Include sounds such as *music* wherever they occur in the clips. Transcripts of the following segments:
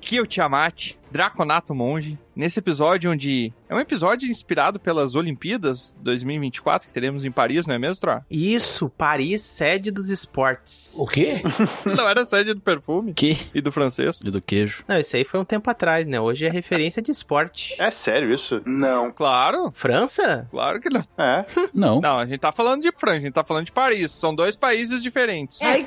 Kill é Tiamat, Draconato Monge, nesse episódio onde... É um episódio inspirado pelas Olimpíadas 2024 que teremos em Paris, não é mesmo, *laughs* Tro? Isso, Paris, sede dos esportes. O quê? Não era a sede do perfume Que? e do francês? E do queijo. Não, isso aí foi um tempo atrás, né? Hoje é referência de esporte. É sério isso? Não. Claro, França? claro que não. É. Não. Não, a gente tá falando de França, a gente tá falando de Paris. São dois países diferentes. É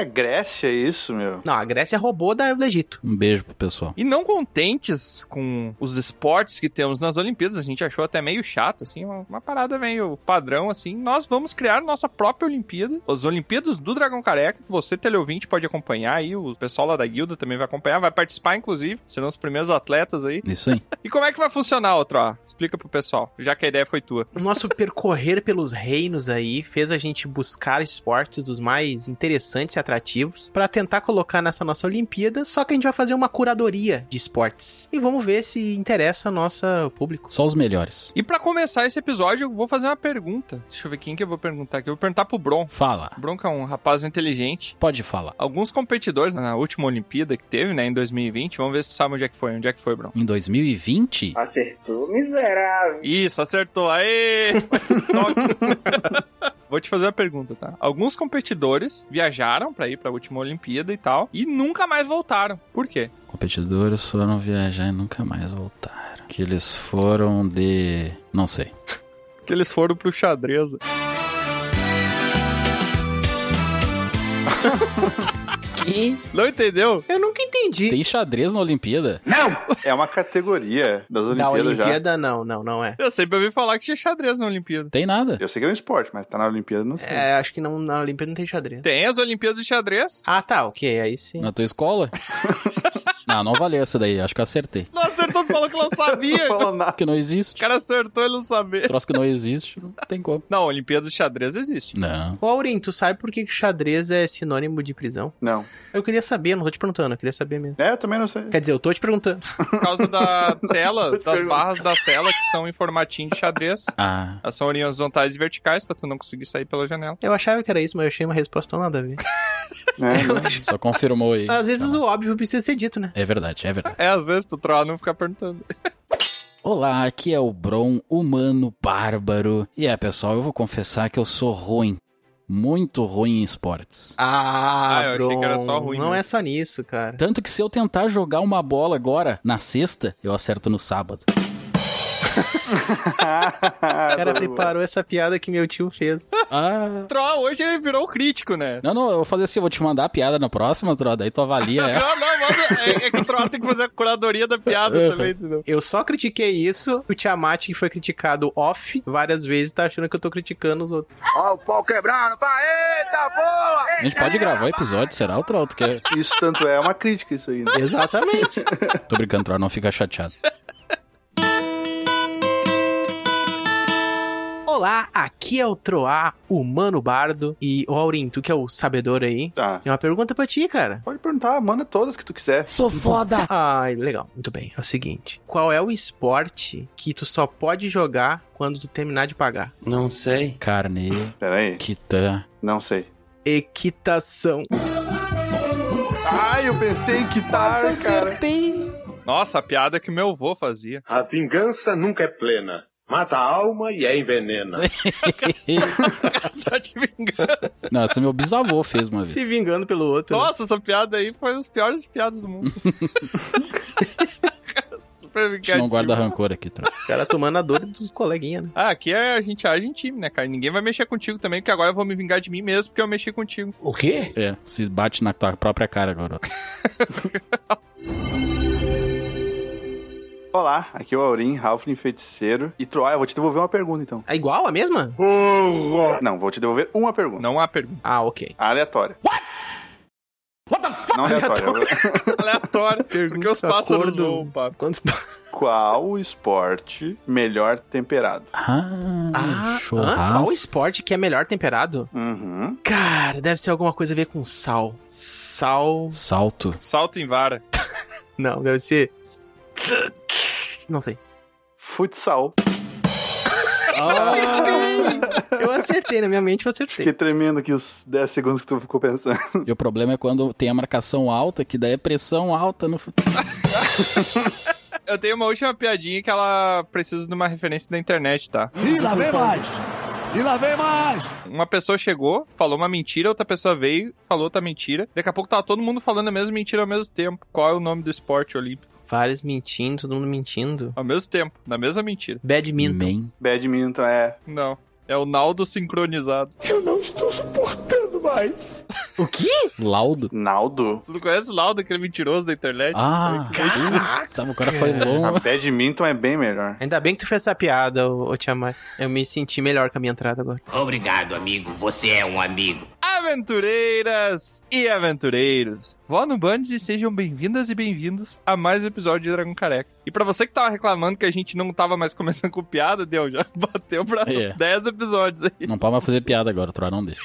a Grécia isso, meu. Não, a Grécia roubou da do Egito. Um beijo pro pessoal. E não contentes com os esportes que temos nas Olimpíadas, a gente achou até meio chato, assim, uma, uma parada meio padrão, assim. Nós vamos criar nossa própria Olimpíada, as Olimpíadas do Dragão Careca. Você, teleouvinte, pode acompanhar aí, o pessoal lá da guilda também vai acompanhar, vai participar, inclusive, serão os primeiros atletas aí. Isso aí. E como é que vai funcionar, outro? ó? Explica pro pessoal, já que a ideia foi tua. O nosso percorrer pelos reinos aí fez a gente buscar esportes dos mais interessantes e atrativos pra tentar colocar nessa nossa Olimpíada, só que a gente vai fazer uma curadoria de esportes. E vamos ver se interessa ao nosso público. Só os melhores. E pra começar esse episódio, eu vou fazer uma pergunta. Deixa eu ver quem que eu vou perguntar aqui. Eu vou perguntar pro Bron. Fala. O Bron que é um rapaz inteligente. Pode falar. Alguns competidores né, na última Olimpíada que teve, né, em 2020, vamos ver se sabe onde é que foi, onde é que foi, Bruno. Em 2020? Acertou, miserável. Isso, acertou, aê! *laughs* Toque. *laughs* Vou te fazer uma pergunta, tá? Alguns competidores viajaram pra ir pra última Olimpíada e tal, e nunca mais voltaram. Por quê? Competidores foram viajar e nunca mais voltaram. Que eles foram de. Não sei. Porque eles foram pro xadrez. Que? Não entendeu? Eu nunca entendi. Tem xadrez na Olimpíada? É uma categoria das da Olimpíadas já. Olimpíada, não, não, não é. Eu sempre ouvi falar que tinha xadrez na Olimpíada. Tem nada. Eu sei que é um esporte, mas tá na Olimpíada, não sei. É, acho que não, na Olimpíada não tem xadrez. Tem as Olimpíadas de xadrez? Ah, tá, ok, aí sim. Na tua escola? não, não valeu essa daí. Acho que eu acertei. Não acertou, tu falou que não sabia. *laughs* Não O falou nada. Que não existe. cara acertou e não sabia. Troço que não existe. Não tem como. Não, Olimpíadas de xadrez existe. Não. Ô, Aurim, tu sabe por que que xadrez é sinônimo de prisão? Não. Eu queria saber, eu não tô te perguntando, eu queria saber mesmo. É, eu também não sei. Quer dizer, eu tô te perguntando. por causa da tela, das barras da tela que são em formatinho de xadrez. Ah. Elas são horizontais e verticais pra tu não conseguir sair pela janela. Eu achava que era isso, mas eu achei uma resposta tão nada a ver. É, não. Só confirmou aí. Às vezes Tá. o óbvio precisa ser dito, né? É verdade, é verdade. É, às vezes pro troll não ficar perguntando. Olá, aqui é o Bron, humano bárbaro. E é, pessoal, eu vou confessar que eu sou ruim. Muito ruim em esportes. Ah, Ah, eu achei que era só ruim né? Não mesmo. é só nisso, cara. Tanto que se eu tentar jogar uma bola agora, na sexta, eu acerto no sábado. *laughs* O *laughs* cara preparou essa piada que meu tio fez. Ah. Troll hoje ele virou o crítico, né? Não, não, eu vou fazer assim, eu vou te mandar a piada na próxima, Tro, daí tu avalia ela. Não, não, mano, é, é que o Troll tem que fazer a curadoria da piada Uhum. também, entendeu? Eu só critiquei isso. O Tiamat, que foi criticado off várias vezes, tá achando que eu tô criticando os outros. A gente pode gravar episódio, será, o Tro? Tu quer? Isso tanto é uma crítica, isso aí. né? Exatamente. Tô brincando, Tro, não fica chateado. *laughs* Olá, aqui é o Troá, humano bardo. E, ô Aurim, tu que é o sabedor aí, Tá. tem uma pergunta pra ti, cara. Pode perguntar, manda todas que tu quiser. Sou foda. Ai, legal. Muito bem. É o seguinte: qual é o esporte que tu só pode jogar quando tu terminar de pagar? Não sei. Carne, Pera aí. quita. Não sei. Equitação. Ai, eu pensei em Ah, guitarra, cara. Nossa, a piada que meu avô *laughs* fazia. A vingança nunca é plena. Mata a alma e a envenena. Só de vingança. não, essa meu bisavô fez uma vez. Se vingando pelo outro. Nossa, essa piada aí foi uma das piores piadas do *laughs* mundo. Super A gente vingativo. não guarda rancor aqui, Tro. O cara tomando a dor dos coleguinhas, né? Ah, aqui é a gente age em time, né, cara? Ninguém vai mexer contigo também, porque agora eu vou me vingar de mim mesmo, porque eu mexi contigo. O quê? É, se bate na tua própria cara agora. Olá, aqui é o Aurim, Halfling Feiticeiro. E Troá, eu vou te devolver uma pergunta, então. É igual a mesma? Não, vou te devolver uma pergunta. Não há pergunta. Ah, ok. Aleatória. What? What the fuck? Não aleatória. Aleatória. porque os Pergunta pássaros acordo. voam, papo. Quantos... Qual esporte melhor temperado? Ah, Um Ah, hã? qual o churrasco. esporte que é melhor temperado? Uhum. Cara, deve ser alguma coisa a ver com sal. Sal. Salto. Salto em vara. Não, deve ser. Não sei. Futsal. Eu acertei! Eu acertei, acertei, na minha mente eu acertei. *laughs* Fiquei tremendo aqui os 10 segundos que tu ficou pensando. *laughs* E o problema é quando tem a marcação alta, que daí é pressão alta no futebol. Eu tenho uma última piadinha que ela precisa de uma referência da internet, tá? E lá vem mais! E lá vem mais! Uma pessoa chegou, falou uma mentira, outra pessoa veio, falou outra mentira. Daqui a pouco tava todo mundo falando a mesma mentira ao mesmo tempo. Qual é o nome do esporte olímpico? Vários mentindo, todo mundo mentindo. Ao mesmo tempo, na mesma mentira. Badminton. Man. Badminton é. Não. É o Naldo sincronizado. O quê? Laudo. Naldo? Tu não conhece o Naldo, aquele mentiroso da internet? Ah, sabe, o cara foi Ah, longo. badminton é bem melhor. Ainda bem que tu fez essa piada, ô, ô Tiamat. Eu me senti melhor com a minha entrada *laughs* agora. Obrigado, amigo. Você é um amigo. Aventureiras e aventureiros, vó no Bandes e sejam bem-vindas e bem-vindos a mais um episódio de Dragão Careca. E pra você que tava reclamando que a gente não tava mais começando com piada, deu, já *laughs* bateu pra É. 10 episódios aí. Não pode mais fazer piada agora, Troá, não deixa.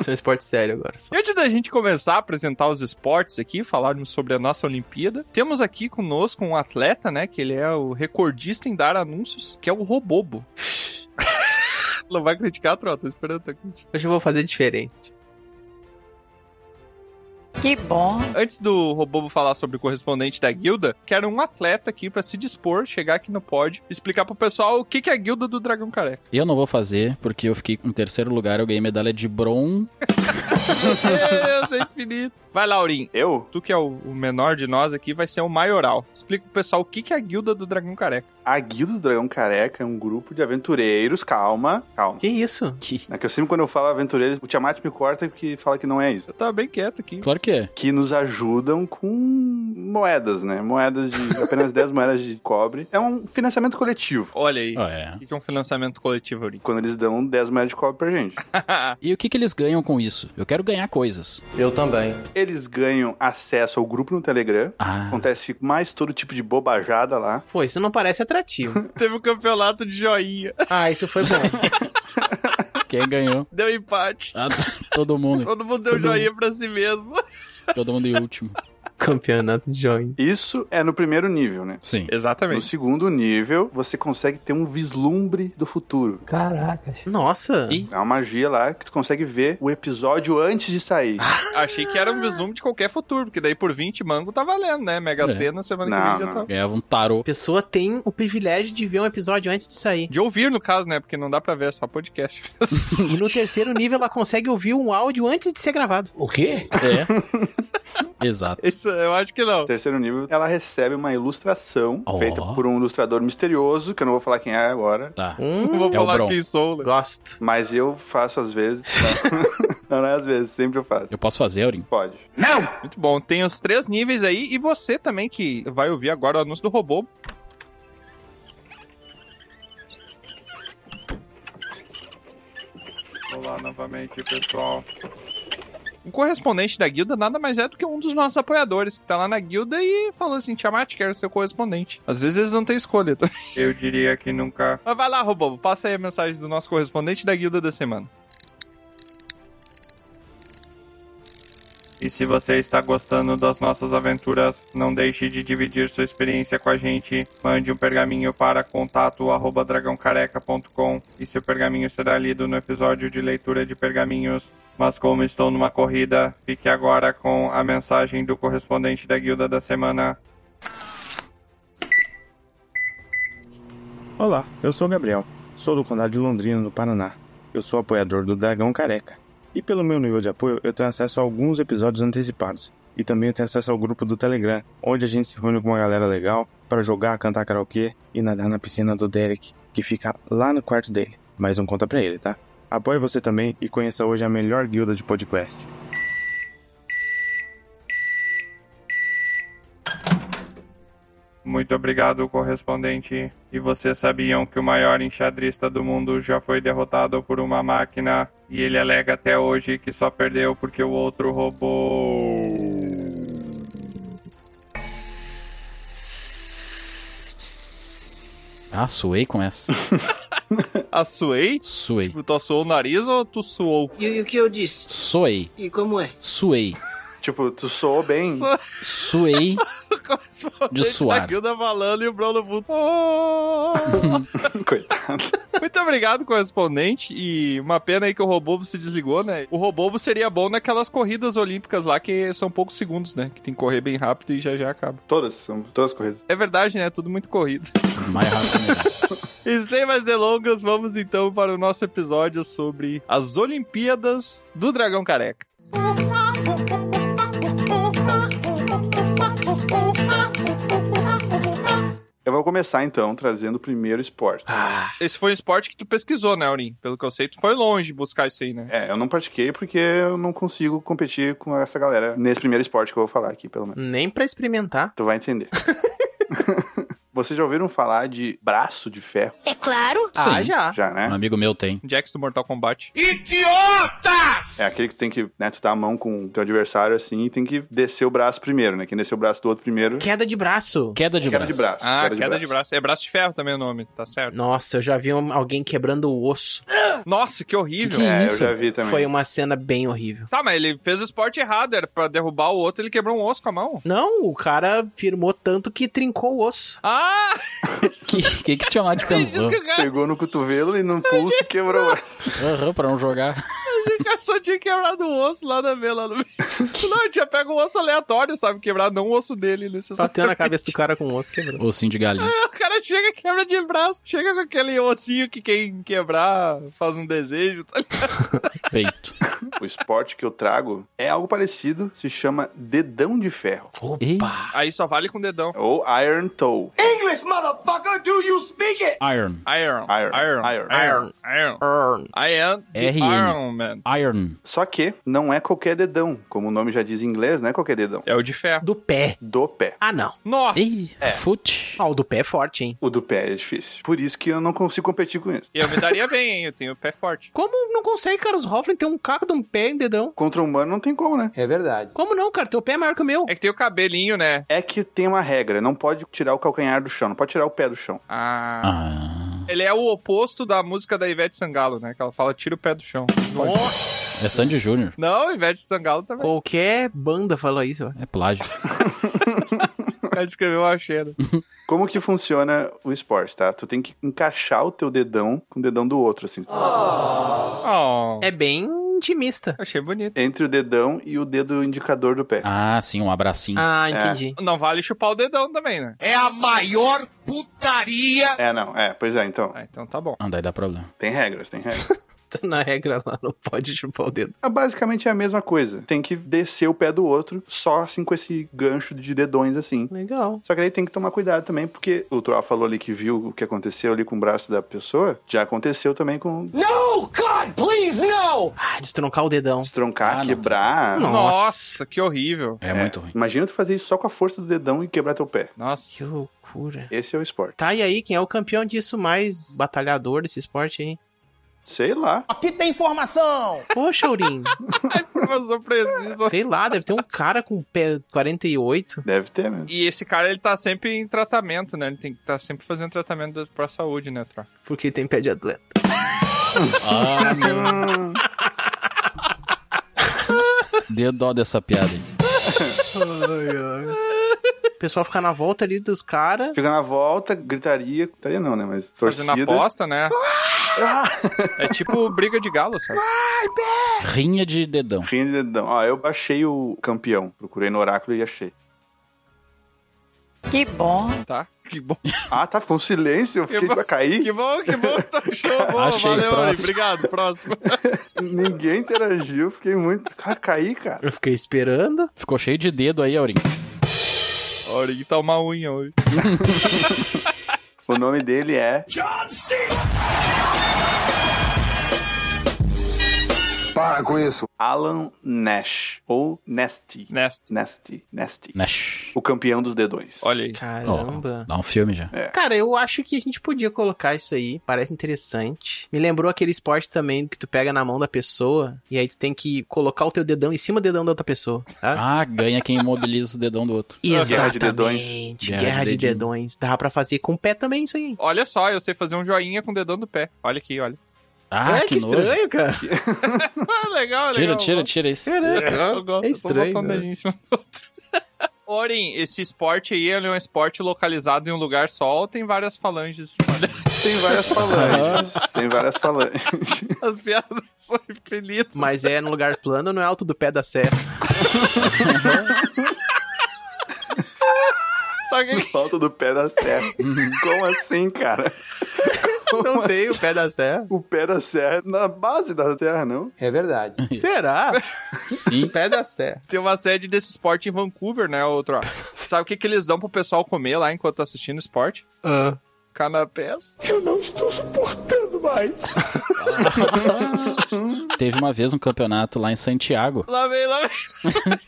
Isso é um esporte sério agora. Só. E antes da gente começar a apresentar os esportes aqui, falarmos sobre a nossa Olimpíada, temos aqui conosco um atleta, né, que ele é o recordista em dar anúncios, que é o Robobo. *laughs* não vai criticar, Tro, tô esperando tá aqui. Hoje eu vou fazer diferente. Que bom. Antes do Robobo falar sobre o correspondente da guilda, quero um atleta aqui pra se dispor, chegar aqui no pod, explicar pro pessoal o que, que é a guilda do Dragão *laughs* Careca. Eu não vou fazer, porque eu fiquei em terceiro lugar, eu ganhei medalha de bron. Meu Deus, é infinito. Vai, Laurim. Eu? Tu que é o o menor de nós aqui, vai ser o maioral. Explica pro pessoal o que, que é a guilda do Dragão Careca. A Guilda do Dragão Careca é um grupo de aventureiros. Calma, calma. Que isso? É que eu sempre quando eu falo aventureiros, o Tiamat me corta porque fala que não é isso. Eu tava bem quieto aqui. Claro que é. que nos ajudam com moedas, né? Moedas de apenas 10 moedas de cobre. É um financiamento coletivo. Olha aí. Ah, é. O que, que é um financiamento coletivo, Laurim? Quando eles dão 10 moedas de cobre pra gente. E o que, que eles ganham com isso? Eu quero ganhar coisas. Eu também. Eles ganham acesso ao grupo no Telegram. Ah, Acontece mais todo tipo de bobajada lá. Pô, isso não parece atrativo. *laughs* Teve um campeonato de joinha. *laughs* *laughs* ah, isso foi bom. quem ganhou? Deu empate. Ah, tá. todo mundo. Todo mundo deu Todo joinha pra si mesmo. *laughs* Todo mundo em último. *laughs* Campeonato de joinha. Isso é no primeiro nível, né? Sim. No Exatamente. segundo nível, você consegue ter um vislumbre do futuro. Nossa. Ih. É uma magia lá que tu consegue ver o episódio antes de sair. Achei que era um vislumbre de qualquer futuro, porque daí por 20 mango tá valendo, né? Mega É. Sena, semana que Não, vem já não. tá. Ganhava um tarô. A pessoa tem o privilégio de ver um episódio antes de sair. De ouvir, no caso, né? Porque não dá pra ver, é só podcast. *laughs* E no *laughs* terceiro nível ela consegue ouvir um áudio antes de ser gravado. O quê? É. Exato. Isso, eu acho que não. Terceiro nível, ela recebe uma ilustração Ó. feita por um ilustrador misterioso, que eu não vou falar quem é agora. Tá. Não Hum, vou É o falar Bron. quem sou, né? gosto. Mas eu faço às vezes. tá? não, não é às vezes, sempre eu faço. Eu posso fazer, Aurim? Pode. Muito bom. Tem os três níveis aí. E você também que vai ouvir agora o anúncio do robô. Olá novamente, pessoal. Um correspondente da guilda nada mais é do que um dos nossos apoiadores, que tá lá na guilda e falou assim: Tiamat, quero ser correspondente. Às vezes eles não têm escolha. Tá? Eu diria que nunca. Mas vai lá, robô, passa aí a mensagem do nosso correspondente da guilda da semana. E se você está gostando das nossas aventuras, não deixe de dividir sua experiência com a gente. Mande um pergaminho para contato@dragãocareca.com e seu pergaminho será lido no episódio de leitura de pergaminhos. Mas como estou numa corrida, fique agora com a mensagem do correspondente da guilda da semana. Olá, eu sou o Gabriel, sou do Condado de Londrina, no Paraná. Eu sou apoiador do Dragão Careca. E pelo meu nível de apoio, eu tenho acesso a alguns episódios antecipados. E também eu tenho acesso ao grupo do Telegram, onde a gente se reúne com uma galera legal para jogar, cantar karaokê e nadar na piscina do Derek, que fica lá no quarto dele. Mas não conta pra ele, tá? Apoie você também e conheça hoje a melhor guilda de podcast. Muito obrigado, correspondente. E vocês sabiam que o maior enxadrista do mundo já foi derrotado por uma máquina? E ele alega até hoje que só perdeu porque o outro roubou. Ah, suei com essa. Assuei? Suei. Tipo, tu assoou o nariz ou tu *laughs* suou? E, e o que eu disse? Suei. E como é? Suei. Tipo, tu soou bem. Sou- Suei. o correspondente De suar. da Guilda falando e o Bruno Vulto. Oh! *laughs* Coitado. Muito obrigado, correspondente. E uma pena aí que o Robobo se desligou, né? O Robobo seria bom naquelas corridas olímpicas lá que são poucos segundos, né? Que tem que correr bem rápido e já já acaba. Todas, são todas corridas. É verdade, né? Tudo muito corrido. *laughs* Mais rápido melhor. E sem mais delongas, vamos então para o nosso episódio sobre as Olimpíadas do Dragão Careca. Eu vou começar então trazendo o primeiro esporte. Esse foi um esporte que tu pesquisou, né, Aurim? Pelo que eu sei, tu foi longe buscar isso aí, né? É, eu não pratiquei porque eu não consigo competir com essa galera nesse primeiro esporte que eu vou falar aqui, pelo menos. Nem pra experimentar. Tu vai entender. Vocês já ouviram falar de braço de ferro? É claro. Ah, Sim. já. Já, né? Um amigo meu tem. Jax do Mortal Kombat. É aquele que tem que, né, tu tá a mão com o teu adversário assim e tem que descer o braço primeiro, né? Quem descer o braço do outro primeiro. Queda de braço. Queda de queda braço. de braço. Ah, queda, de braço. É braço de ferro também o nome, tá certo. Nossa, eu já vi um- alguém quebrando o osso. Nossa, que horrível. Que que É, Isso. eu já vi também. Foi um uma cena bem horrível. Tá, mas ele fez o esporte errado, era pra derrubar o outro, ele quebrou um osso com a mão. Não, o cara firmou tanto que trincou o osso. Ah! *laughs* Que que, que o Tiamat Ele disse pensou? que o cara, Pegou no cotovelo e no pulso e quebrou. Aham, pra não jogar. o cara só tinha quebrado o osso lá na ver, lá no *laughs* Não, tinha pego um osso aleatório, sabe? Quebrar não o osso dele, necessariamente. Bateu na cabeça do cara com o osso quebrando. Ossinho de galinha. O cara chega, quebra de braço, chega com aquele ossinho que quem quebrar faz um desejo. tá ligado? Peito. o esporte que eu trago é algo parecido, se chama dedão de ferro. Opa. Aí só vale com o dedão. Ou Iron Toe. English, motherfucker, do you speak it? Iron. Iron. Iron. Iron. Iron. Iron. Iron. Arn. I am the RN. Iron Man. Iron. Só que não é qualquer dedão. Como o nome já diz em inglês, não é qualquer dedão. É o de ferro. Do pé. Do pé. Ah, não. Nossa! Ei, foot. Ó, o do pé é forte, hein? O do pé é difícil. Por isso que eu não consigo competir com isso. Eu me daria bem, hein? Eu tenho o pé forte. Como não consegue, cara? Os Hoffman tem um caco de um pé e um dedão. Contra o humano não tem como, né? Como não, cara? Teu pé é maior que o meu. É que tem o cabelinho, né? É que tem uma regra, não pode tirar o calcanhar do chão, não pode tirar o pé do chão. Ah. Ah. Ele é o oposto da música da Ivete Sangalo, né? Que ela fala tira o pé do chão. Nossa. É Sandy Júnior. Não, Ivete Sangalo também. Qualquer banda falou isso, ó. É plágio. Ela descreveu a cheira. Como que funciona o esporte, tá? Tu tem que encaixar o teu dedão com o dedão do outro, assim. Oh. É bem intimista. Achei bonito. Entre o dedão e o dedo indicador do pé. Ah, sim, um abracinho. Ah, entendi. *laughs* Não vale chupar o dedão também, né? É a maior putaria. É, não, é, pois é, então. Ah, então tá bom. Ah, daí dá problema. Tem regras, tem regras. *laughs* Tá na regra lá, não pode chupar o dedo. Ah, Basicamente é a mesma coisa. Tem que descer o pé do outro, só assim com esse gancho de dedões, assim. Legal. Só que aí tem que tomar cuidado também, porque o Troll falou ali que viu o que aconteceu ali com o braço da pessoa. Já aconteceu também com Ah, destroncar o dedão. estroncar, Ah, não. quebrar. Nossa. Nossa, que horrível. É, muito ruim. Imagina tu fazer isso só com a força do dedão e quebrar teu pé. *laughs* Que Nossa. loucura. Esse é o esporte. Tá, e aí, quem é o campeão disso mais batalhador desse esporte aí? Sei lá. Aqui tem informação! Poxa, *laughs* Aurim, Informação precisa. sei lá, deve ter um cara com pé 48. Deve ter mesmo. E esse cara, ele tá sempre em tratamento, né? Ele tem que tá sempre fazendo tratamento do- pra saúde, né, Tro? Porque tem pé de atleta. Ah, meu. Dê dó dessa piada aí. O pessoal fica na volta ali dos caras. Fica na volta, gritaria. Gritaria não, né? Mas torcida. Fazendo aposta, né? É tipo briga de galo, sabe? Rinha de dedão. Fim de dedão. Ó, eu achei o campeão. Procurei no oráculo e achei. Que bom. Tá? Que bom. Ah, tá. Ficou um silêncio. Eu *laughs* fiquei Eu- pra cair. Que bom, que bom que tá show. Boa, Achei, valeu, Ari. próximo. Obrigado. Próximo. Ninguém interagiu. Fiquei muito... Cara, caí, cara. Eu fiquei esperando. Ficou cheio de dedo aí, Aurinho. Ori, tá uma unha hoje. O nome dele é... Para com isso! Alan Nash. Ou Nasty. Nesta. Nasty. Nasty. Nash. O campeão dos dedões. Olha aí. Ó, Caramba. dá um filme já. Cara, eu acho que a gente podia colocar isso aí. Parece interessante. Me lembrou aquele esporte também que tu pega na mão da pessoa e aí tu tem que colocar o teu dedão em cima do dedão da outra pessoa. Tá? Ah, ganha quem imobiliza o dedão do outro. Guerra de dedões. Exatamente. Guerra Guerra de de dedinho. dedões. Dava pra fazer com o pé também isso aí. Olha só, eu sei fazer um joinha com o dedão do pé. Olha aqui, olha. Ah, É, que, nojo. cara. Ah, legal, legal. Tira, tira, tira isso. *laughs* Eu gosto. É Eu só botar estranho, um né? *laughs* dedinho em cima. Porém, esse esporte aí ele é um esporte localizado em um lugar só ou tem várias *laughs* falanges? Tem várias falanges. tem *laughs* várias falanges. As piadas *laughs* são infinitas. Mas é no lugar plano, não é alto do pé da serra. Só que Falta do pé da serra. Como assim, cara? Não tem o pé da serra. O pé da serra é na base da serra, não? É verdade. Será? Sim. Pé da serra. tem uma sede desse esporte em Vancouver, né, outro? Sabe o que, que eles dão pro pessoal comer lá enquanto tá assistindo esporte? Canapés. Teve uma vez um campeonato lá em Santiago. Lá vem, lá vem.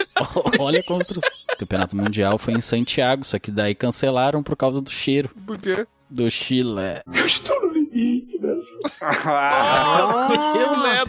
Olha a construção. O campeonato mundial foi em Santiago, só que daí cancelaram por causa do cheiro Por quê? do Chile. Ah. Ah,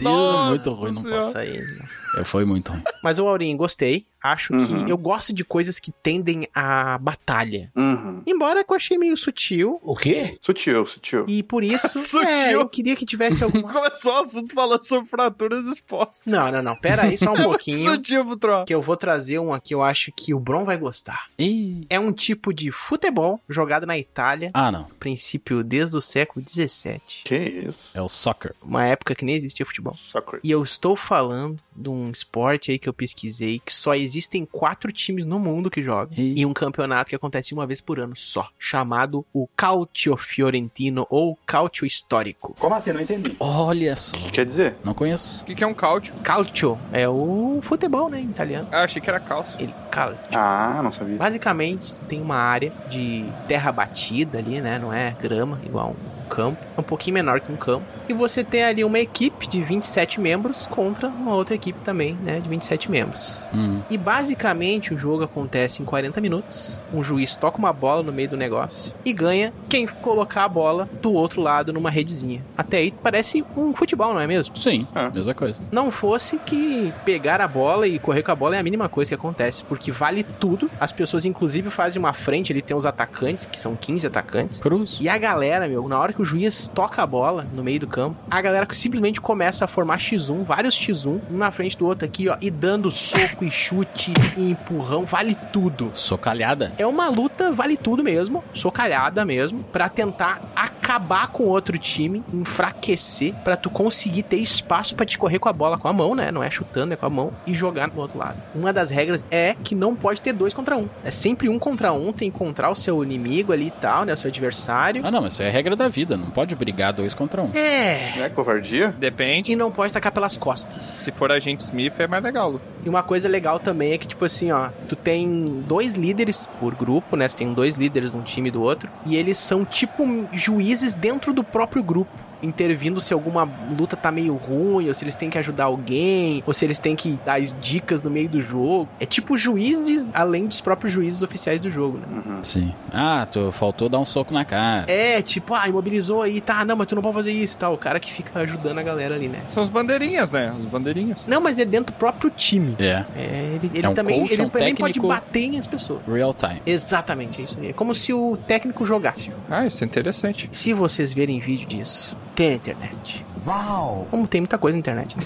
Meu Deus, é muito ruim, não Senhora. posso. É, Foi muito ruim. Mas o Aurim, gostei. Acho Uhum. que eu gosto de coisas que tendem à batalha. Uhum. Embora que eu achei meio sutil. O quê? Sutil, sutil. *laughs* E por isso. Sutil. é, eu queria que tivesse *laughs* alguma. Começou o assunto falando sobre fraturas expostas. É Não, não, não. Pera *laughs* aí só um pouquinho. Sutil pro tro. Que eu vou trazer um aqui, eu acho que o Bron vai gostar. Ih. É um tipo de futebol jogado na Itália, Ah, não. princípio desde o século XVII. Que isso? É o soccer. Uma época que nem existia futebol. Soccer. E eu estou falando de um esporte aí que eu pesquisei que só existem quatro times no mundo que jogam. Ih. E um campeonato que acontece uma vez por ano só, chamado o Calcio Fiorentino ou Calcio Histórico. Como assim? Não entendi. Olha só. O que quer dizer? Não conheço. O que, que é um cálcio? Calcio é o futebol, né, em italiano. Ah, achei que era calço. Ele calcio. Ah, não sabia. Basicamente, tu tem uma área de terra batida ali, né? Não é grama, igual um campo. É um pouquinho menor que um campo. E você tem ali uma equipe de 27 membros contra uma outra equipe também, né? De 27 membros. Hum. E basicamente o jogo acontece em 40 minutos. Um juiz toca uma bola no meio do negócio e ganha quem colocar a bola do outro lado numa redezinha. Até aí parece um futebol, não é mesmo? Sim, Ah. mesma coisa. Não fosse que pegar a bola e correr com a bola é a mínima coisa que acontece, porque vale tudo. As pessoas, inclusive, fazem uma frente, ele tem os atacantes, que são 15 atacantes. Cruz. E a galera, meu, na hora que o juiz toca a bola no meio do campo, a galera simplesmente começa a formar X1, vários X1, um na frente do outro aqui, ó, e dando soco e chute e empurrão, vale tudo. Socalhada. É uma luta, vale tudo mesmo, socalhada mesmo, pra tentar acabar com outro time, enfraquecer, pra tu conseguir ter espaço pra te correr com a bola com a mão, né? Não é chutando, é com a mão e jogar no outro lado. Uma das regras é que não pode ter dois contra um. É sempre um contra um, tem que encontrar o seu inimigo ali e tal, né? O seu adversário. Ah, não, mas isso é a regra da vida. Não pode brigar dois contra um. É. Não é covardia? Depende. E não pode tacar pelas costas. Se for agente Smith, é mais legal. Lu. E uma coisa legal também é que, tipo assim, ó, tu tem dois líderes por grupo, né? Tu tem dois líderes de um time e do outro. E eles são tipo juízes dentro do próprio grupo. Intervindo se alguma luta tá meio ruim, ou se eles têm que ajudar alguém, ou se eles têm que dar dicas no meio do jogo. É tipo juízes além dos próprios juízes oficiais do jogo, né? Uhum. Sim. Ah, tu faltou dar um soco na cara. É, tipo, ah, imobilizou aí, tá, não, mas tu não pode fazer isso e tal. O cara que fica ajudando a galera ali, né? São os bandeirinhas, né? Os bandeirinhas. Não, mas é dentro do próprio time. É. É, ele, ele É um também, coach, ele é um também pode técnico. bater em as pessoas. Real time. Exatamente, é isso aí. É como se o técnico jogasse. Ah, isso é *laughs* interessante. Se vocês verem vídeo disso, tem na internet. Uau! Como tem muita coisa na internet. Né?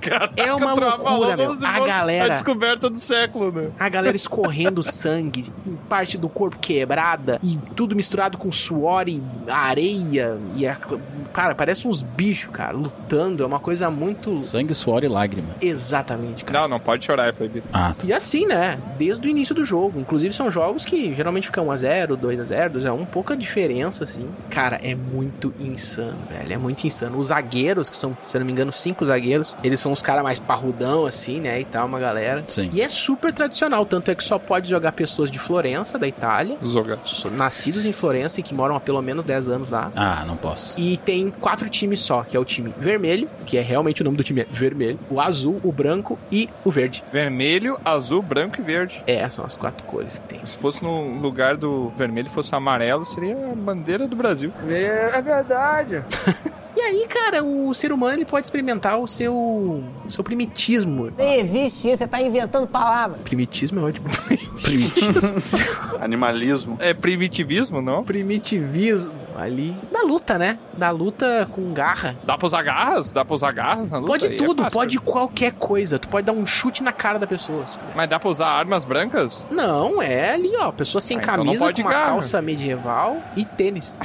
Caraca, *laughs* É uma Troa, loucura, falou meu. como se A fosse galera- A descoberta do século, né? A galera *laughs* escorrendo sangue, parte do corpo quebrada e tudo misturado com suor e areia. E a- Cara, parece uns bichos, cara, lutando. É uma coisa muito. Sangue, suor e lágrima. Exatamente, cara. Não, não pode chorar, é proibido. Ah, tá. E assim, né? Desde o início do jogo. Inclusive, são jogos que geralmente ficam 1x0, 2x0, 2x1, pouca diferença, assim. Cara, é muito insano, velho. É muito insano. Os zagueiros, que são, se eu não me engano, cinco zagueiros, eles são os caras mais parrudão, assim, né? E tal, uma galera. Sim. E é super tradicional, tanto é que só pode jogar pessoas de Florença, da Itália, Zogar. so- nascidos em Florença e que moram há pelo menos 10 anos lá. Ah, não posso. E tem quatro times só, que é o time vermelho, que é realmente o nome do time é vermelho, o azul, o branco e o verde. Vermelho, azul, branco e verde. É, são as quatro cores que tem. Se fosse no lugar do vermelho fosse amarelo, seria a bandeira do Brasil. É verdade. E aí, cara, o ser humano ele pode experimentar o seu, o seu primitismo. Existe isso, você tá inventando palavras. Primitismo *laughs* é ótimo. Primitivo. Animalismo. É primitivismo, não? *laughs* Primitivismo. ali. Da luta, né? Da luta com garra. Dá pra usar garras? Dá pra usar garras na luta? Pode Aí é tudo, fácil. pode qualquer coisa. Tu pode dar um chute na cara da pessoa. se tu quiser. Mas dá pra usar armas brancas? Não, é ali, ó. Pessoa sem Ah, então não camisa, pode com uma garra. calça medieval e *laughs* tênis.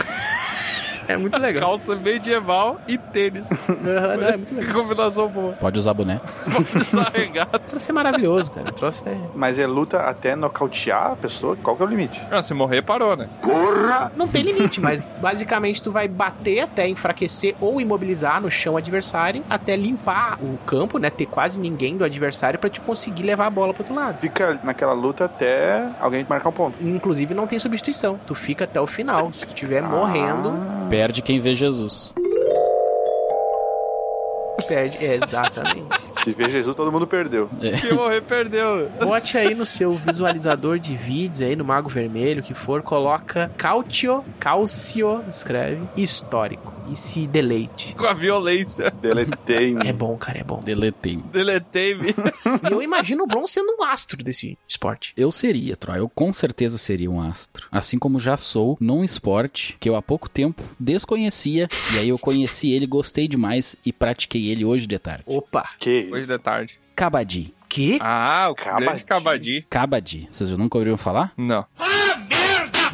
é muito legal. Calça medieval e tênis. *laughs* Aham, não, é muito legal. Que combinação boa. *laughs* Pode usar boné. Pode usar regata. O troço é maravilhoso, cara. O troço é... Mas é luta até nocautear a pessoa? Qual que é o limite? Ah, se morrer, parou, né? Não tem *laughs* limite, mas basicamente tu vai bater até enfraquecer ou imobilizar no chão o adversário, até limpar o campo, né? Ter quase ninguém do adversário pra te conseguir levar a bola pro outro lado. Fica naquela luta até alguém marcar um ponto. Inclusive não tem substituição. Tu fica até o final. Se tu tiver É morrendo, Perde quem vê Jesus. tu perde. É, exatamente. Ah, Se vê Jesus, todo mundo perdeu. Quem morrer, perdeu. *laughs* Bote aí no seu visualizador de vídeos aí no Mago Vermelho, que for, coloca Cautio, Calcio, escreve, histórico. E se deleite. Com a violência. *laughs* Deletei. É bom, cara, é bom. Deletei. Deletei-me. E eu imagino o Bron sendo um astro desse esporte. Eu seria, Troy. Eu com certeza seria um astro. Assim como já sou num esporte que eu há pouco tempo desconhecia. e aí eu conheci ele, gostei demais e pratiquei ele hoje de tarde. Opa! Que Hoje de tarde. Cabadi. Que? Ah, o Cabadi. grande Cabadi. Cabadi. Vocês nunca ouviram falar? Não.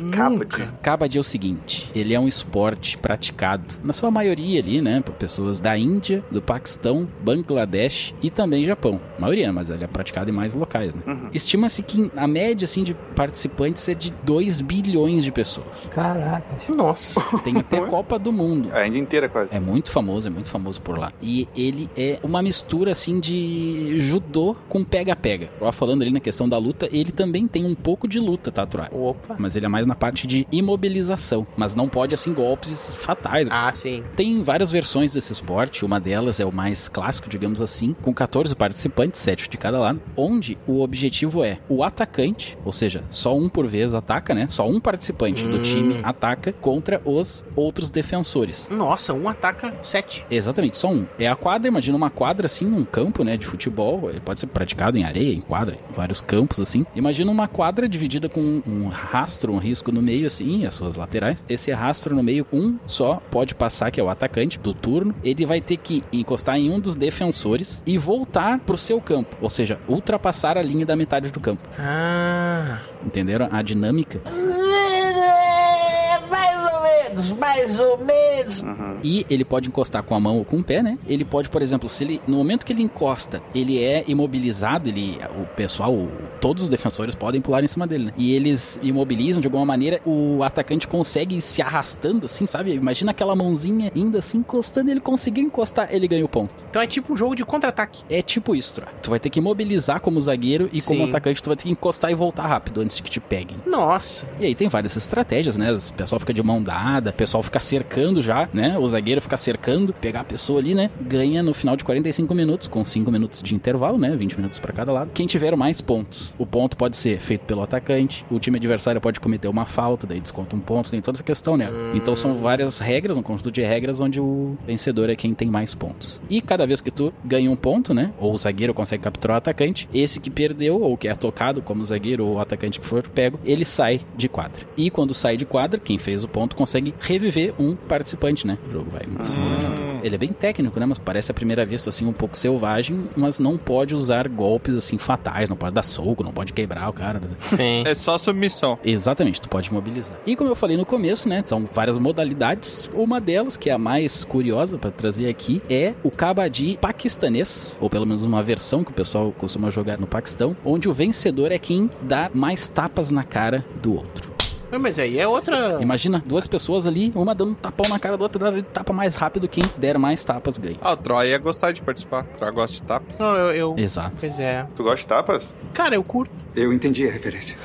Nunca. Cabadi é o seguinte. Ele é um esporte praticado, na sua maioria ali, né? Por pessoas da Índia, do Paquistão, Bangladesh e também Japão. Maioria, mas ele é praticado em mais locais, né? Uhum. Estima-se que a média, assim, de participantes é de 2 bilhões de pessoas. Caraca. Nossa. Tem até Copa do Mundo. A Índia inteira quase. É muito famoso, é muito famoso por lá. E ele é uma mistura assim de judô com pega-pega. Ó, Falando ali na questão da luta, ele também tem um pouco de luta, tá, Troy? Opa. Mas ele é mais na parte de imobilização. Mas não pode, assim, golpes fatais. Ah, sim. Tem várias versões desse esporte, uma delas é o mais clássico, digamos assim, com 14 participantes, 7 de cada lado, onde o objetivo é o atacante, ou seja, só um por vez ataca, né? Só um participante Hum. do time ataca contra os outros defensores. Nossa, um ataca sete. Exatamente, só um. É a quadra, imagina uma quadra assim, um campo, né, de futebol, ele pode ser praticado em areia, em quadra, em vários campos assim. Imagina uma quadra dividida com um- um rastro, um risco no meio assim, e as suas laterais. Esse rastro no meio, um só pode passar, que é o atacante do turno. Ele vai ter que encostar em um dos defensores e voltar pro seu campo, ou seja, ultrapassar a linha da metade do campo. Ah. Entenderam a dinâmica? É, Mais ou menos, mais ou É. menos. Uhum. E ele pode encostar com a mão ou com o pé, né? Ele pode, por exemplo, se ele no momento que ele encosta, ele é imobilizado, ele o pessoal, o- todos os defensores podem pular em cima dele, né? E eles imobilizam de alguma maneira, o atacante consegue ir se arrastando assim, sabe? Imagina aquela mãozinha ainda assim encostando, ele conseguiu encostar, ele ganha o ponto. Então é tipo um jogo de contra-ataque. É tipo isso, Troa. Tu vai ter que imobilizar como zagueiro e como Sim. atacante tu vai ter que encostar e voltar rápido antes que te peguem. Nossa. E aí tem várias estratégias, né? O pessoal fica de mão dada, o pessoal fica cercando já, né? O zagueiro fica cercando, pegar a pessoa ali, né? Ganha no final de 45 minutos, com 5 minutos de intervalo, né? 20 minutos pra cada lado. Quem tiver mais pontos. O ponto pode ser feito pelo atacante, o time adversário pode cometer uma falta, daí desconta um ponto, tem toda essa questão, né? Então são várias regras, um conjunto de regras onde o vencedor é quem tem mais pontos. E cada vez que tu ganha um ponto, né? Ou o zagueiro consegue capturar o atacante, esse que perdeu ou que é tocado como zagueiro ou atacante que for pego, ele sai de quadra. E quando sai de quadra, quem fez o ponto consegue reviver um participante, né? O jogo vai se movimentando. Ele é bem técnico, né? Mas parece à primeira vista assim um pouco selvagem, mas não pode usar golpes assim fatais, não pode dar soco, não pode quebrar o cara. né? Sim. É só submissão. Exatamente, tu pode mobilizar. E como eu falei no começo, né, são várias modalidades. Uma delas, que é a mais curiosa pra trazer aqui, é o kabaddi paquistanês, ou pelo menos uma versão que o pessoal costuma jogar no Paquistão, onde o vencedor é quem dá mais tapas na cara do outro. Mas aí é outra. Imagina duas pessoas ali, uma dando um tapão na cara da outra, dando tapa mais rápido, quem der mais tapas ganha. Ah, o Troy ia gostar de participar. O Troy gosta de tapas. Não, eu. eu... Exato. Pois é. Tu gosta de tapas? Cara, eu curto. Eu entendi a referência.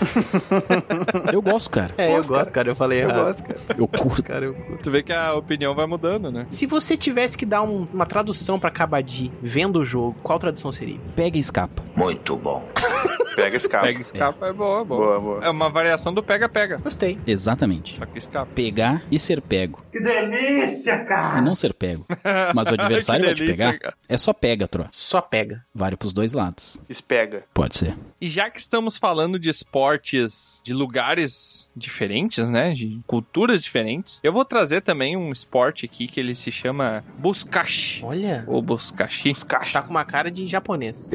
Eu gosto, cara. É, eu gosto, cara. Eu falei, eu gosto. Eu curto. Cara, eu curto. Tu vê que a opinião vai mudando, né? Se você tivesse que dar um- uma tradução pra Kabaddi vendo o jogo, qual tradução seria? Pega e escapa. Pega esse carro. Pega e escapa, é boa, é boa. Boa, boa. É uma variação do pega-pega. Eu gostei. Exatamente. Só que escapa. Pegar e ser pego. Que delícia, E não ser pego. *laughs* Mas o adversário Que vai te delícia, pegar. cara. É só pega, Tro. Só pega. Vale pros dois lados. Espega. Pode ser. E já que estamos falando de esportes de lugares diferentes, né? De culturas diferentes, eu vou trazer também um esporte aqui que ele se chama Buskashi. Olha, Ou Buskashi. tá com uma cara de japonês.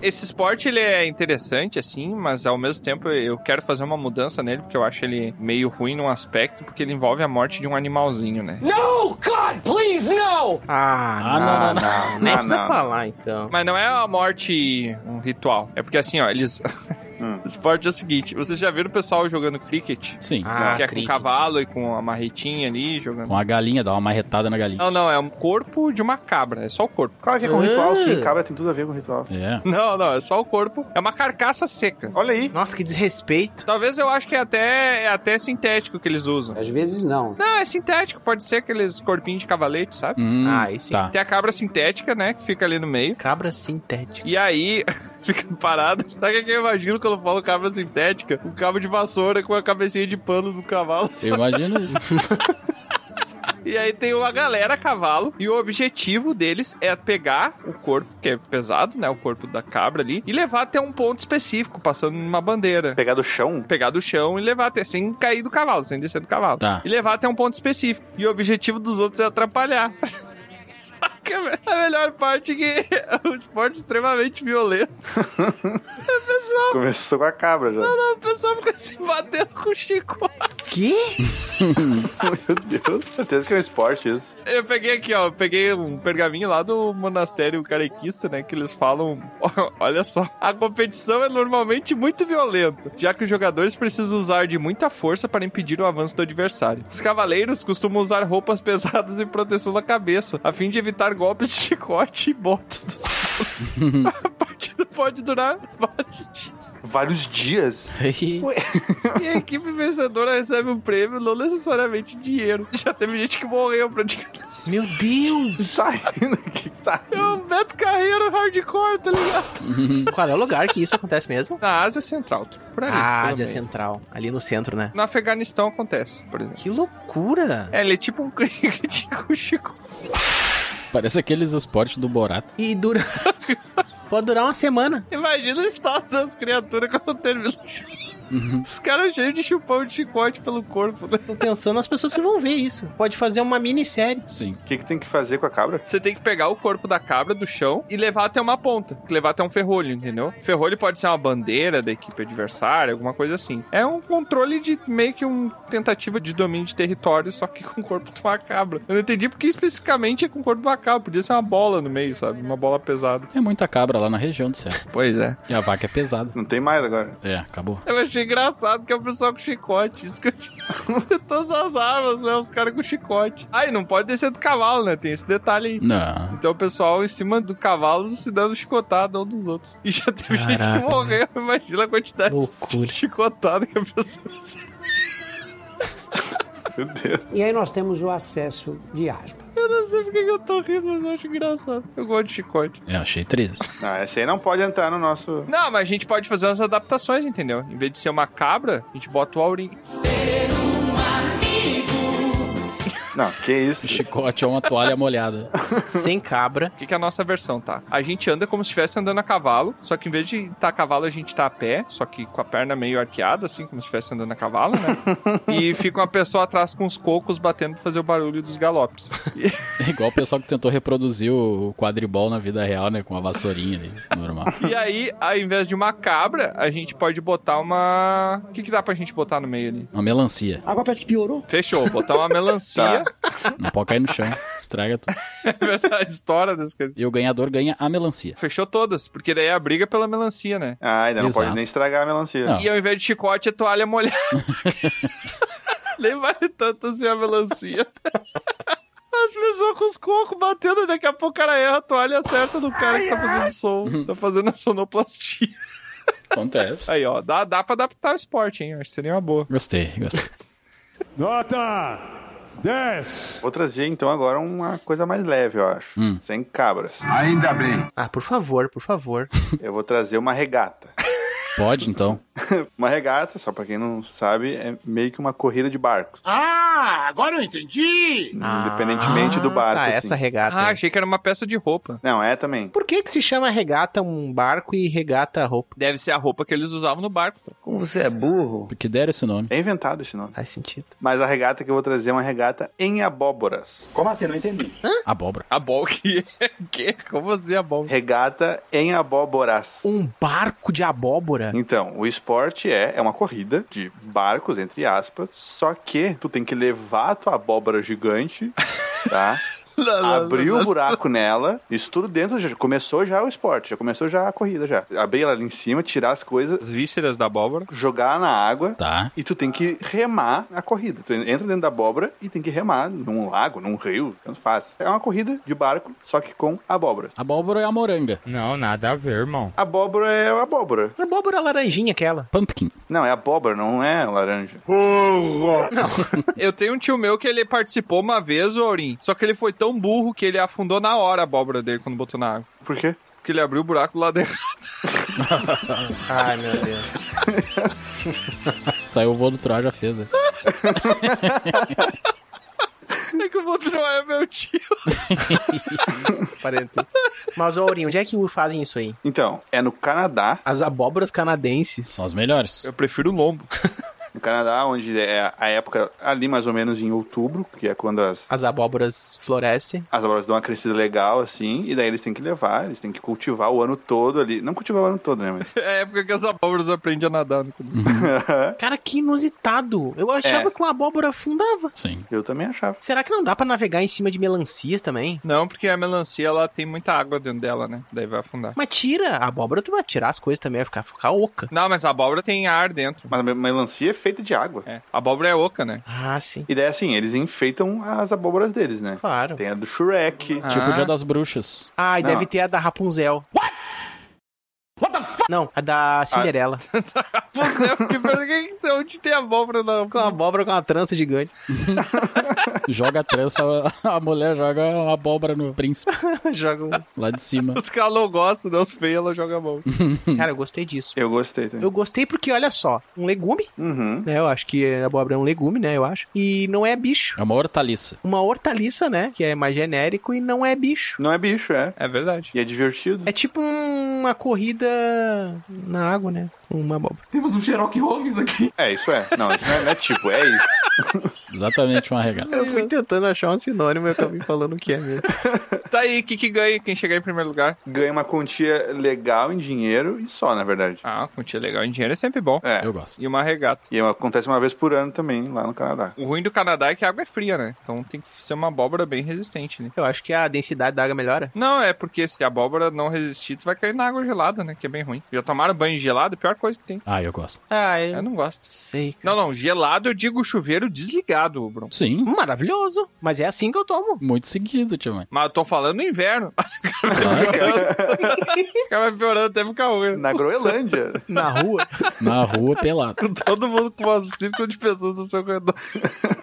Esse esporte ele é interessante, assim, mas ao mesmo tempo eu quero fazer uma mudança nele, porque eu acho ele meio ruim num aspecto, porque ele envolve a morte de um animalzinho, né? No, God, please, no! Ah, não, não, não. Nem precisa falar, então. Mas não é a morte um ritual. É porque assim, ó, eles. *laughs* Hum. O esporte é o seguinte: vocês já viram o pessoal jogando cricket? Sim. Ah, que é cricket. com cavalo e com a marretinha ali jogando. Com a galinha, dá uma marretada na galinha. Não, não, é um corpo de uma cabra, é só o corpo. *laughs* Claro que é com Ah. ritual, sim. Cabra tem tudo a ver com ritual. É. Não, não, é só o corpo. É uma carcaça seca. Olha aí. Nossa, que desrespeito. Talvez eu acho que é até, é até sintético que eles usam. Às vezes não. Não, é sintético, pode ser aqueles corpinhos de cavalete, sabe? Hum, Ah, esse- Tá. Tem a cabra sintética, né, que fica ali no meio. Cabra sintético. E aí, *laughs* fica parado. Sabe o que eu imagino quando eu falo cabra sintética? Um cabo de vassoura com a cabecinha de pano do cavalo. *laughs* Eu imagino isso. E aí tem uma galera a cavalo. E o objetivo deles é pegar o corpo, que é pesado, né? O corpo da cabra ali. E levar até um ponto específico, passando numa bandeira. Pegar do chão? pegar do chão e levar até sem cair do cavalo, sem descer do cavalo. Tá. E levar até um ponto específico. E o objetivo dos outros é atrapalhar. *laughs* Saca, velho? A melhor parte é que *laughs* é um esporte extremamente violento. Começou com a cabra já. O pessoal fica se batendo com o Chico. Que? *laughs* Meu Deus. Certeza que é um esporte isso. Eu peguei aqui, ó. eu Peguei um pergaminho lá do monastério carequista, né? Que eles falam: *laughs* olha só, a competição é normalmente muito violenta, já que os jogadores precisam usar de muita força para impedir o avanço do adversário. Os cavaleiros costumam usar roupas *laughs* pesadas e proteção da cabeça, a fim de evitar golpes de chicote e botas dos. *laughs* a partida pode durar vários dias. Vários dias. *laughs* E a equipe vencedora recebe um prêmio, não necessariamente dinheiro. Já teve gente que morreu praticamente. Meu Deus! *laughs* Tá indo aqui, tá. É o Beto Carreiro hardcore, tá ligado? Qual é o lugar que isso acontece mesmo? Na Ásia Central, tu- por aí. Ah, pelo Ásia meio. Central. Ali no centro, né? No Afeganistão acontece, por exemplo. Que loucura! É, ele é tipo um *laughs* cricket com o Chico. Parece aqueles esportes do Borat. E *laughs* dura. Pode durar uma semana. Imagina o estado das criaturas quando termina o jogo. Uhum. Os caras cheios de chupão de chicote pelo corpo, né? Tô pensando nas pessoas que vão ver isso. Pode fazer uma minissérie. Sim. O que, que tem que fazer com a cabra? Você tem que pegar o corpo da cabra do chão e levar até uma ponta. Levar até um ferrolho, entendeu? Ferrolho pode ser uma bandeira da equipe adversária, alguma coisa assim. É um controle de meio que uma tentativa de domínio de território, só que *laughs* com o corpo de uma cabra. Eu não entendi porque especificamente é com o corpo de uma cabra. Podia ser uma bola no meio, sabe? Uma bola pesada. É muita cabra lá na região do céu. Pois é. E a vaca é pesada. Não tem mais agora. É, acabou. Eu achei engraçado que é o pessoal com chicote. Isso que eu tinha. *laughs* Todas as armas, né? Os caras com chicote. Ah, e não pode descer do cavalo, né? Tem esse detalhe aí. Não. Então o pessoal em cima do cavalo se dando chicotada um dos outros. E já teve gente Caraca. né? que morreu. Imagina a quantidade Loucura. de chicotada que a pessoa recebeu. Meu Deus. E aí nós temos o acesso de asma. Eu não sei porque que eu tô rindo, mas eu acho engraçado. Eu gosto de chicote. Eu achei *laughs* triste. Não, essa aí não pode entrar no nosso. Não, mas a gente pode fazer umas adaptações, entendeu? Em vez de ser uma cabra, a gente bota o aurim. Não, que isso. O chicote é uma toalha molhada. Sem cabra. O que, que é a nossa versão, tá? A gente anda como se estivesse andando a cavalo, só que em vez de estar a cavalo, a gente tá a pé, só que com a perna meio arqueada, assim, como se estivesse andando a cavalo, né? *laughs* e fica uma pessoa atrás com os cocos batendo pra fazer o barulho dos galopes. E, É igual o pessoal que tentou reproduzir o quadribol na vida real, né? Com a vassourinha ali. Normal. e aí, ao invés de uma cabra, a gente pode botar uma. O que, que dá pra gente botar no meio ali? Uma melancia. Agora parece que piorou. Fechou, botar uma melancia. Não pode cair no chão. Estraga tudo. *laughs* É verdade, história das coisas. E o ganhador ganha a melancia. Fechou todas, porque daí é a briga pela melancia, né? Ah, ainda não Exato. pode nem estragar a melancia. Não. E ao invés de chicote, é toalha molhada. Nem vale tanto assim a melancia. As pessoas com os cocos batendo, daqui a pouco o cara erra a toalha e acerta no cara que tá fazendo som, tá fazendo a sonoplastia. Acontece. Aí, ó, dá, dá pra adaptar o esporte, hein? Acho que seria uma boa. Gostei, gostei. Nota 10. Vou trazer então agora uma coisa mais leve, eu acho. Hum. Sem cabras. Ainda bem. *laughs* Ah, por favor, por favor. Eu vou trazer uma regata. Pode, então. uma regata, só pra quem não sabe, é meio que uma corrida de barcos. Hum, Ah, agora eu entendi! independentemente do barco. tá, assim. essa regata. Ah, achei que era uma peça de roupa. Não, é também. Por que que se chama regata um barco e regata roupa? Deve ser a roupa que eles usavam no barco. Como você é burro? Porque deram esse nome. É inventado esse nome. Faz sentido. Mas a regata que eu vou trazer é uma regata em abóboras. Como assim? Não entendi. Abóbora. A bol que... *laughs* que? Como assim a bol? Regata em abóboras. Um barco de abóbora? Então, o esporte é, é uma corrida de barcos, entre aspas, só que tu tem que levar a tua abóbora gigante, tá? Abriu o buraco nela, isso tudo dentro, já começou já o esporte, já começou já a corrida já. Abrir ela ali em cima, tirar as coisas, As vísceras da abóbora. jogar na água Tá. e tu tem que remar a corrida. Tu entra dentro da abóbora e tem que remar num lago, num rio, tanto faz. É uma corrida de barco, só que com abóbora. Abóbora é a moranga. Não, nada a ver, irmão. Abóbora é abóbora. Abóbora laranjinha aquela. Pumpkin. Não, é abóbora, não é laranja. Eu tenho um tio meu que ele participou uma vez, o Aurim. Só que ele foi tão burro que ele afundou na hora a abóbora dele quando botou na água. Por quê? Porque ele abriu o buraco lá *laughs* dentro. Ai, meu Deus. Saiu o voo do Troá, já fez. né? É que o Botrão é meu tio. *laughs* Parênteses. Mas, ô, Aurinho, onde é que fazem isso aí? Então, é no Canadá. As abóboras canadenses. São as melhores. Eu prefiro o lombo. No Canadá, onde é a época ali mais ou menos em outubro, que é quando as, As abóboras florescem. as abóboras dão uma crescida legal, assim, e daí eles têm que levar, eles têm que cultivar o ano todo ali. Não cultivar o ano todo, né? Mas... É a época que as abóboras aprendem a nadar. né? Cara, que inusitado. Eu achava que uma abóbora afundava. Sim. Eu também achava. Será que não dá pra navegar em cima de melancias também? Não, porque a melancia ela tem muita água dentro dela, né? Daí vai afundar. Mas tira a abóbora, tu vai tirar as coisas também, vai ficar, ficar oca. Não, mas a abóbora tem ar dentro. Mas a me- melancia é feita de água. É. A abóbora é oca, né? Ah, sim. E daí, assim, eles enfeitam as abóboras deles, né? Claro. Tem a do Shrek. Ah. Tipo o Dia das Bruxas. Ah, e Não. deve ter a da Rapunzel. What? What the Ah, fuck? Não, a da Cinderela. Você, é porque pra quem- "Então, onde tem abóbora na Com uma *laughs* abóbora com uma trança gigante. *laughs* Joga a trança, a mulher joga uma abóbora no príncipe, Joga um... lá de *laughs* cima. Os caras não gostam, né? Os feios, ela joga a mão. *laughs* Cara, eu gostei disso. Eu gostei também. Eu gostei porque, olha só, um legume, Uhum. né? Eu acho que a abóbora é um legume, né? Eu acho. E não é bicho. É uma hortaliça. Uma hortaliça, né? Que é mais genérico e não é bicho. Não é bicho, é. É verdade. E é divertido. É tipo uma corrida na água, né? Uma abóbora. Temos um Sherlock Holmes aqui. É, isso é. Não, isso não é, não é tipo, é isso. Exatamente uma regata. Eu fui tentando achar um sinônimo e eu acabei falando o que é mesmo. Tá aí, o que, que ganha quem chegar em primeiro lugar? Ganha uma quantia legal em dinheiro e só, na verdade. Ah, quantia legal em dinheiro é sempre bom. É. Eu gosto. E uma regata. E acontece uma vez por ano também, lá no Canadá. O ruim do Canadá é que a água é fria, né? Então tem que ser uma abóbora bem resistente, né? *laughs* Eu acho que a densidade da água melhora. Não, é porque se a abóbora não resistir, tu vai cair na água gelada, né? Que é bem ruim. Já tomaram banho gelado? Pior coisa que tem. Ah, eu gosto. Ah, eu Eu não gosto. sei. cara. Não, não, gelado eu digo chuveiro desligado, Bruno. Sim. Maravilhoso. Mas é assim que eu tomo. Muito seguido, tio mãe. Mas eu tô falando no inverno. *laughs* Acaba piorando até ficar ruim. Na Groenlândia. Na *laughs* rua. Na rua, pelado. Todo mundo com umas cinco de pessoas no seu corredor.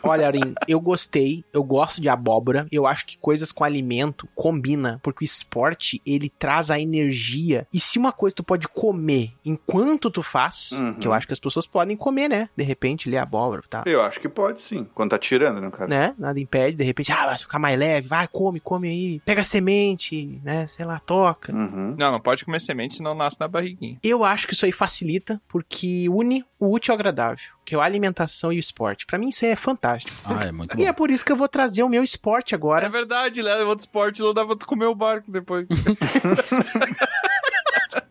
Olha, Aurim, eu gostei, eu gosto de abóbora, eu acho que coisas com alimento combina, porque o esporte, ele traz a energia, e se uma coisa tu pode comer enquanto tu faz, Uhum. que eu acho que as pessoas podem comer, né, de repente, ali, abóbora, tá? *laughs* Eu acho que pode sim. Quando tá tirando, né, cara? Né? Nada impede, de repente, ah, vai ficar mais leve, vai, come, come aí, pega a semente, né, sei lá, toca. Uhum. Não, não pode comer semente, senão nasce na barriguinha. Eu acho que isso aí facilita, porque une o útil ao agradável, que é a alimentação e o esporte. Pra mim isso aí é fantástico. Ah, é muito E bom. é por isso que eu vou trazer o meu esporte É agora. verdade, né? Outro esporte não dá pra tu comer o barco depois.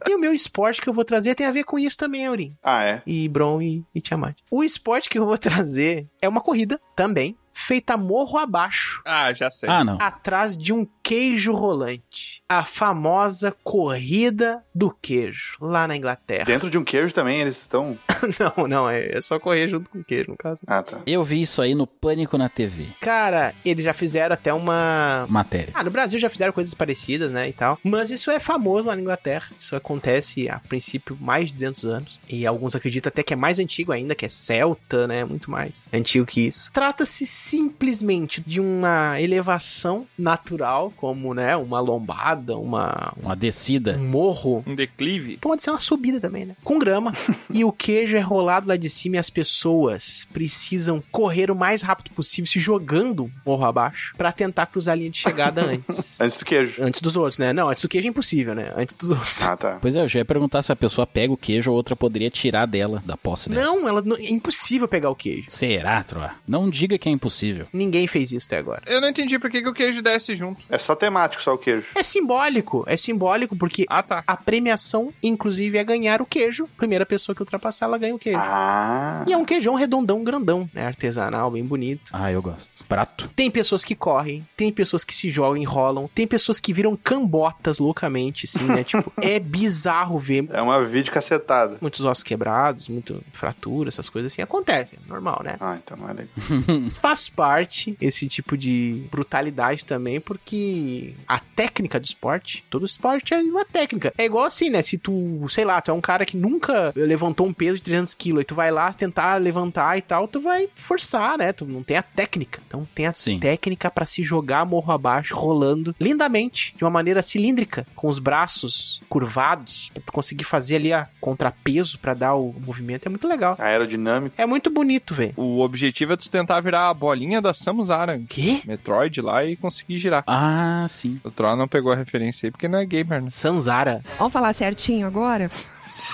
E o meu esporte que eu vou trazer tem a ver com isso também, Aurim. Ah, é. E Bron e, e Tiamat. O esporte que eu vou *laughs* trazer é uma corrida também, feita morro abaixo, *laughs* Ah, já sei. Ah, não. atrás de um queijo rolante. A famosa corrida do queijo, lá na Inglaterra. Dentro de um queijo também eles estão. *laughs* Não, não, é, é só correr junto com o queijo, no caso. Ah, tá. Eu vi isso aí no Pânico na TV. Cara, eles já fizeram até uma. Matéria. Ah, no Brasil já fizeram coisas parecidas, né, e tal. Mas isso é famoso lá na Inglaterra. Isso acontece, a princípio, mais de 200 anos. E alguns acreditam até que é mais antigo ainda, que é celta, né, muito mais antigo que isso. Trata-se simplesmente de uma elevação natural como, né, uma lombada, uma, Uma descida. um morro. Um declive. Pode ser uma subida também, né? Com grama. e o queijo é rolado lá de cima e as pessoas precisam correr o mais rápido possível, se jogando morro abaixo, pra tentar cruzar a linha de chegada antes. Antes do queijo. antes dos outros, né? Não, antes do queijo é impossível, né? Antes dos outros. Ah, tá. Pois é, eu já ia perguntar se a pessoa pega o queijo ou outra poderia tirar dela, da posse dela. Não, ela não- é impossível pegar o queijo. Será, Troa? Não diga que é impossível. Ninguém fez isso até agora. Eu não entendi por que, que o queijo desce junto. É só temático, só o queijo. É simbólico, é simbólico porque Ah, tá. a premiação, inclusive, é ganhar o queijo. Primeira pessoa que ultrapassar, ela ganha o queijo. Ah. E é um queijão redondão, grandão, né? Artesanal, bem bonito. Ah, eu gosto. Prato. Tem pessoas que correm, tem pessoas que se jogam, enrolam, tem pessoas que viram cambotas loucamente, assim, né? tipo, é bizarro ver É uma vídeo cacetada. muitos ossos quebrados, muito fratura, essas coisas assim. Acontece, é normal, né? Ah, então olha aí. faz parte esse tipo de brutalidade também, porque a técnica do esporte, todo esporte é uma técnica. É igual assim, né? Se tu, sei lá, tu é um cara que nunca levantou um peso de 300 quilos e tu vai lá tentar levantar e tal, tu vai forçar, né? Tu não tem a técnica. Então tem a Sim. técnica pra se jogar morro abaixo, rolando lindamente, de uma maneira cilíndrica, com os braços curvados, pra tu conseguir fazer ali a contrapeso pra dar o movimento. É muito legal. Aerodinâmico. É muito bonito, velho. O objetivo é tu tentar virar a bolinha da Samus Aran. Que? Metroid lá e conseguir girar. Ah, sim. O Troll não pegou a referência aí porque não é gamer, né? Sanzara. Vamos falar certinho agora?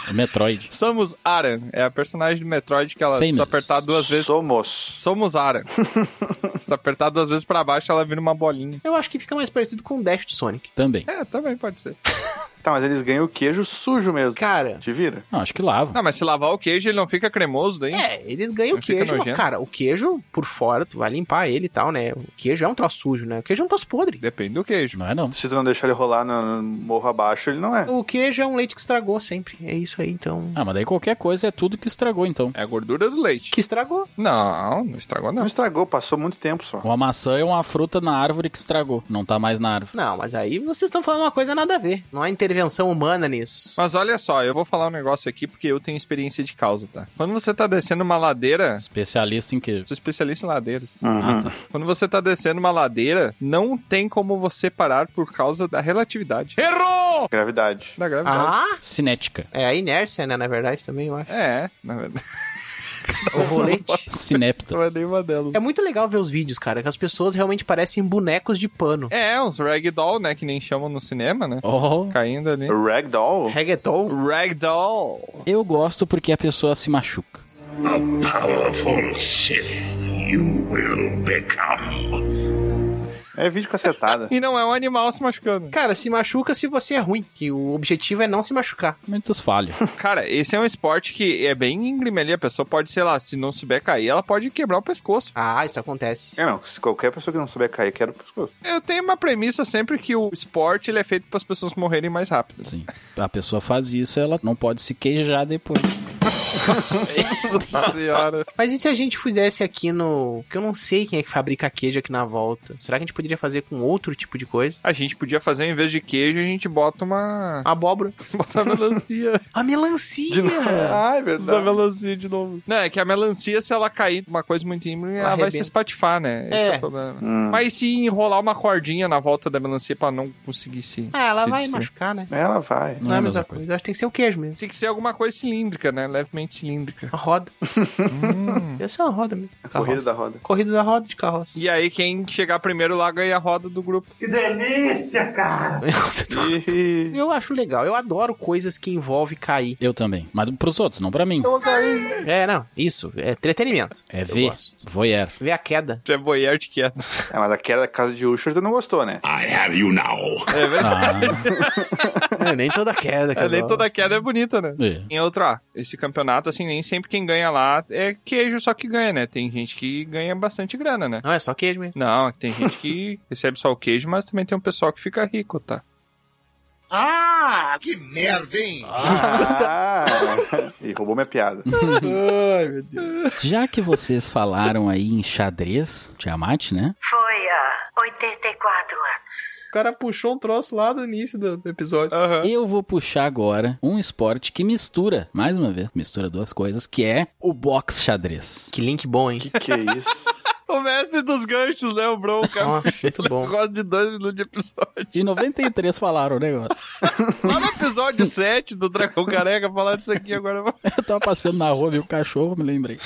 É Metroid. Samus Aran é a personagem do Metroid que ela, se Samus. tu apertar duas vezes. Somos. Somos *laughs* Aran. se tu apertar duas vezes pra baixo, ela vira uma bolinha. Eu acho que fica mais parecido com o Dash do Sonic. Também. É, também pode ser. Tá, mas eles ganham o queijo sujo mesmo. Cara, Te vira? Não, acho que lava. Não, Ah, mas se lavar o queijo, ele não fica cremoso daí? é, eles ganham o Mas fica queijo, mas, nojento. cara, o queijo por fora, tu vai limpar ele e tal, né? O queijo é um troço sujo, né? O queijo é um troço podre. Depende do queijo. Não é não. Se tu não deixar ele rolar no, no morro abaixo, ele não é. O queijo é um leite que estragou sempre. É isso aí, então. Ah, mas daí qualquer coisa é tudo que estragou, então. É a gordura do leite. Que estragou. Não, não estragou Não não. estragou, passou muito tempo só. Uma maçã é uma fruta na árvore que estragou. Não tá mais na árvore. Não, mas aí vocês estão falando uma coisa nada a ver. Não há intervenção humana nisso. Mas olha só, eu vou falar um negócio aqui porque eu tenho experiência de causa, tá? Quando você tá descendo uma ladeira, Especialista em queijo. sou especialista em ladeiras. Uhum. Quando você tá descendo uma ladeira, não tem como você parar por causa da relatividade. Gravidade. Da gravidade. Ah! Cinética. É a inércia, né? Na verdade, também, eu acho. É, na verdade. O *laughs* rolete. *laughs* Cinépta. Não é nenhuma delas. É muito legal ver os vídeos, cara, que as pessoas realmente parecem bonecos de pano. É, uns ragdoll, né? Que nem chamam no cinema, né? Oh, Caindo ali. Ragdoll? Reggaeton. Ragdoll! eu gosto porque a pessoa se machuca. Powerful Sith you will become. É *laughs* vídeo cacetada. E não é um animal se machucando. Cara, se machuca se você é ruim, que o objetivo é não se machucar. Muitos *laughs* falhos. Cara, esse é um esporte que é bem íngreme ali. A pessoa pode, sei lá, se não souber cair, ela pode quebrar o pescoço. Ah, isso acontece. é, não. Se qualquer pessoa que não souber cair, quero o pescoço. Eu tenho uma premissa sempre que o esporte ele é feito para as pessoas morrerem mais rápido. Sim. Assim, A pessoa faz isso, ela não pode se queijar depois. Senhora. Mas e se a gente fizesse aqui no. Que eu não sei quem é que fabrica queijo aqui na volta. Será que a gente poderia fazer com outro tipo de coisa? A gente podia fazer, em vez de queijo, a gente bota uma. Abóbora. *laughs* Bota uma *laughs* melancia. A melancia! Ah, é Usa a melancia de novo. Não, é que a melancia, se ela cair uma coisa muito íngreme, ela vai Arrebenta. se espatifar, né? Esse é, É. o problema. Hum. Mas se enrolar uma cordinha na volta da melancia pra não conseguir se. Ah, ela se vai distrair. machucar, né? Ela vai. Não, é a mesma coisa. Eu Acho que tem que ser o queijo mesmo. Tem que ser alguma coisa cilíndrica, né? Levemente cilíndrica. Uma roda. Hum. *laughs* Ia ser uma roda mesmo. Corrida Carroça. da roda. Corrida da roda *laughs* de carroça. E aí, quem chegar primeiro lá ganha a roda do grupo. Ih, Eu acho legal. Eu adoro coisas que envolvem cair. Eu também. Mas pros outros, não pra mim. eu vou cair. É, não. Isso. É entretenimento. É Eu ver. gosto. Voyeur. Ver a queda. Tu é voyeur de queda. É, mas aquela da casa de Usher tu não gostou, né? I have you now. É verdade. Ah, É, nem toda queda. que eu Nem gosto. toda queda é bonita, né? é. Em outra, esse campeonato, assim, nem sempre quem ganha lá é queijo só que ganha, né? Tem gente que ganha bastante grana, né? Não, é só queijo mesmo. Não, tem gente que recebe só o queijo, mas também tem um pessoal que fica rico, tá? Ah, que merda, hein? Ah! Ih, roubou minha piada. Ai, meu Deus. Já que vocês falaram aí em xadrez, Tiamat, né? Foi há 84 anos. O cara puxou um troço lá do início do do episódio. Aham. Eu vou puxar agora um esporte que mistura, mais uma vez, mistura duas coisas, que é o boxe *laughs* xadrez. Que link bom, hein? Que que é isso? o mestre dos ganchos, né? O Bron, cara. Nossa, muito bom. *laughs* Por causa de dois minutos de episódio. E 93 falaram o negócio. Lá no episódio 7 do Dragão Careca falaram disso aqui agora. Eu tava passando na rua, vi o cachorro, me lembrei.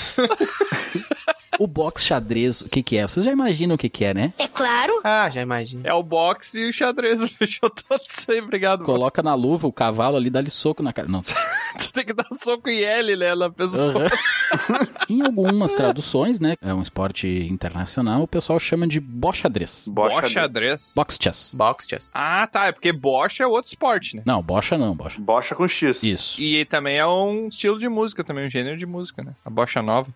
O box xadrez, o que que é? Vocês já imaginam o que que é, né? É claro. Ah, já imagino. É o boxe e o xadrez. *laughs* Fechou todo isso aí, obrigado. mano. Coloca na luva o cavalo ali, dá-lhe soco na cara. Não. Tu tem que dar soco em L, né? Na pessoa. Aham. em algumas traduções, né? É um esporte internacional, o pessoal chama de boxadrez. Bocha Bocha, xadrez. Box chess. Box chess. Ah, tá. É porque bocha é outro esporte, né? Não, bocha não, bocha. bocha com X. Isso. E também é um estilo de música, também um gênero de música, né? A bocha nova.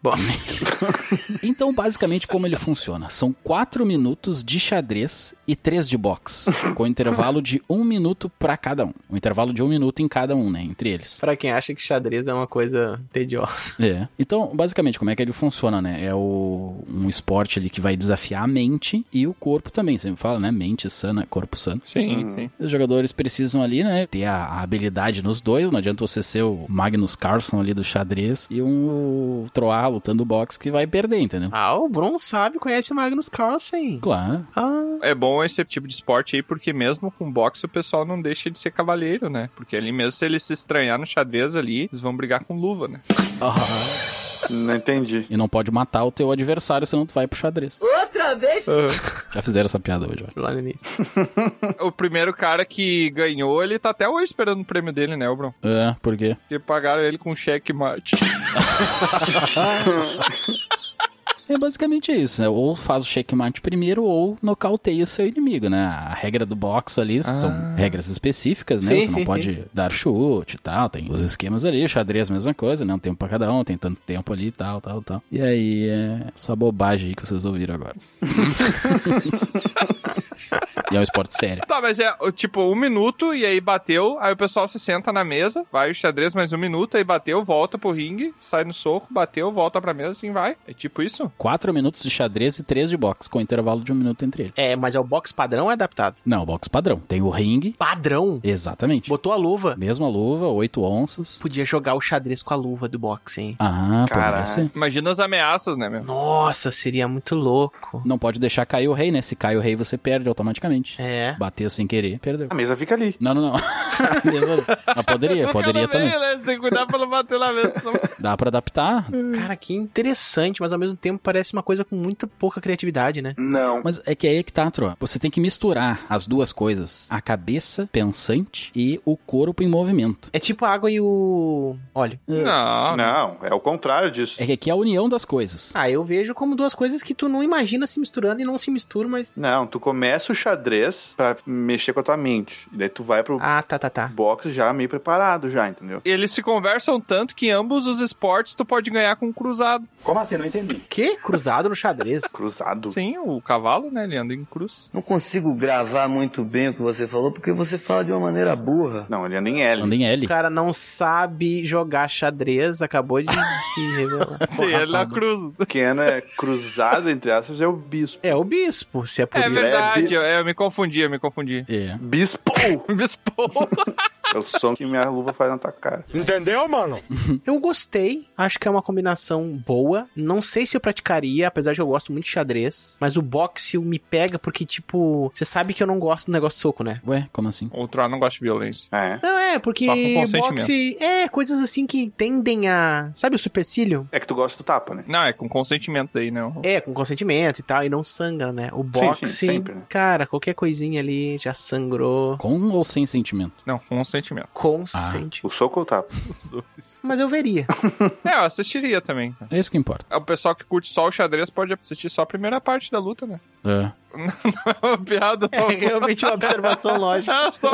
Então, basicamente, como ele funciona? São 4 minutos de xadrez e 3 de box, com intervalo de 1 minuto pra cada um. Um intervalo de 1 minuto em cada um, né? Entre eles. Pra quem acha que xadrez é uma coisa tediosa. É. Então, basicamente, como é que ele funciona, né? É o, um esporte ali que vai desafiar a mente e o corpo também. Você me fala, né? Mente sana, corpo sano. Sim, sim. Os jogadores precisam ali, né? Ter a, a habilidade nos dois. Não adianta você ser o Magnus Carlson ali do xadrez e um Troá lutando boxe que vai perder, entendeu? Ah, o Bron sabe, conhece o Magnus Carlsen. Claro. Ah, É bom esse tipo de esporte aí, porque mesmo com boxe o pessoal não deixa de ser cavalheiro, né? Porque ali mesmo se eles se estranhar no xadrez ali, eles vão brigar com luva, né? Ah. Não entendi. E não pode matar o teu adversário, senão tu vai pro xadrez. Outra vez? Já fizeram essa piada hoje, ó. lá no início. o primeiro cara que ganhou, ele tá até hoje esperando o prêmio dele, né, Bron? É, por quê? Porque pagaram ele com cheque mate. É basicamente isso, né? Ou faz o checkmate primeiro, ou nocauteia o seu inimigo, né? A regra do box ali são regras específicas, né? Ah. Sim, Você não sim, pode dar chute e tal, tem os esquemas ali, xadrez, mesma coisa, né? Um tempo pra cada um, tem tanto tempo ali e tal, tal, tal. E aí é essa bobagem aí que vocês *laughs* ouviram agora. e é um esporte sério. Tá, mas é o, tipo um minuto e aí bateu, aí o pessoal se senta na mesa, vai o xadrez mais um minuto, aí bateu, volta pro ringue, sai no soco, bateu, volta pra mesa, assim vai. É tipo isso? Quatro minutos de xadrez e três de box, com intervalo de um minuto entre eles. É, mas é o box padrão ou é adaptado? Não, box padrão. Tem o ringue, Padrão? exatamente. Botou a luva. Mesma luva, 8 onças. Podia jogar o xadrez com a luva do boxe, hein? Ah, Caraca. pode ser. Imagina as ameaças, né, meu? Nossa, seria muito louco. Não pode deixar cair o rei, né? Se cai o rei, você perde automaticamente. É. Bateu sem querer, perdeu. A mesa fica ali. Não, *laughs* não, não. Mesmo- Mas *laughs* poderia, poderia também. né? Você tem que cuidar pra não bater na mesa. *laughs* senão- Dá pra adaptar. Cara, que interessante, mas ao mesmo tempo parece uma coisa com muito pouca criatividade, né? Não. Mas é que aí é que tá, Tro. Você tem que misturar as duas coisas. A cabeça pensante e o corpo em movimento. É tipo a água e o óleo. Não, Não, é o contrário disso. É que aqui é a união das coisas. Ah, eu vejo como duas coisas que tu não imagina se misturando e não se misturam, mas. Não, tu começa o xadrez pra mexer com a tua mente. E daí tu vai pro Ah, tá, tá, tá. box já meio preparado já, entendeu? Eles se conversam tanto que em ambos os esportes tu pode ganhar com um cruzado. Como assim? Não entendi. Que? Cruzado no xadrez. Cruzado. Sim, o cavalo, né? Ele anda em cruz. Não consigo gravar muito bem o que você falou, porque você fala de uma maneira burra. Não, ele anda em L. Anda em L. O cara não sabe jogar xadrez, *laughs* acabou de se revelar. É Tem ele na cruz. Pequena é cruzado, entre aspas, é o bispo. É o bispo, se é por É isso. verdade, eu, eu me confundi, eu me *laughs* confundi. É. Bispo! Bispo. É o som que minha luva faz na tua cara. Entendeu, mano? Eu gostei, acho que é uma combinação boa. Não sei se eu praticaria, apesar de eu gosto muito de xadrez. Mas o boxe me pega porque, tipo, você sabe que eu não gosto do negócio de soco, né? Ué, como assim? O Troá não gosta de violência. É. Não, é, Só porque com consentimento. boxe. É, coisas assim que tendem a. Sabe o supercílio? É que tu gosta do tapa, né? Não, é com consentimento aí, né? O- É, com consentimento e tal, e não sangra, né? O boxe, sim, sempre, né? cara, qualquer coisinha ali já sangrou. Com ou sem sentimento? Não, com consentimento. Consente. O soco ou o tapa? Mas eu *laughs* veria. É, eu assistiria também. É isso que importa. O pessoal que curte só o xadrez pode assistir só a primeira parte da luta, né? *laughs* É É. um uma piada, É tô *laughs* realmente uma observação lógica. Ah, só...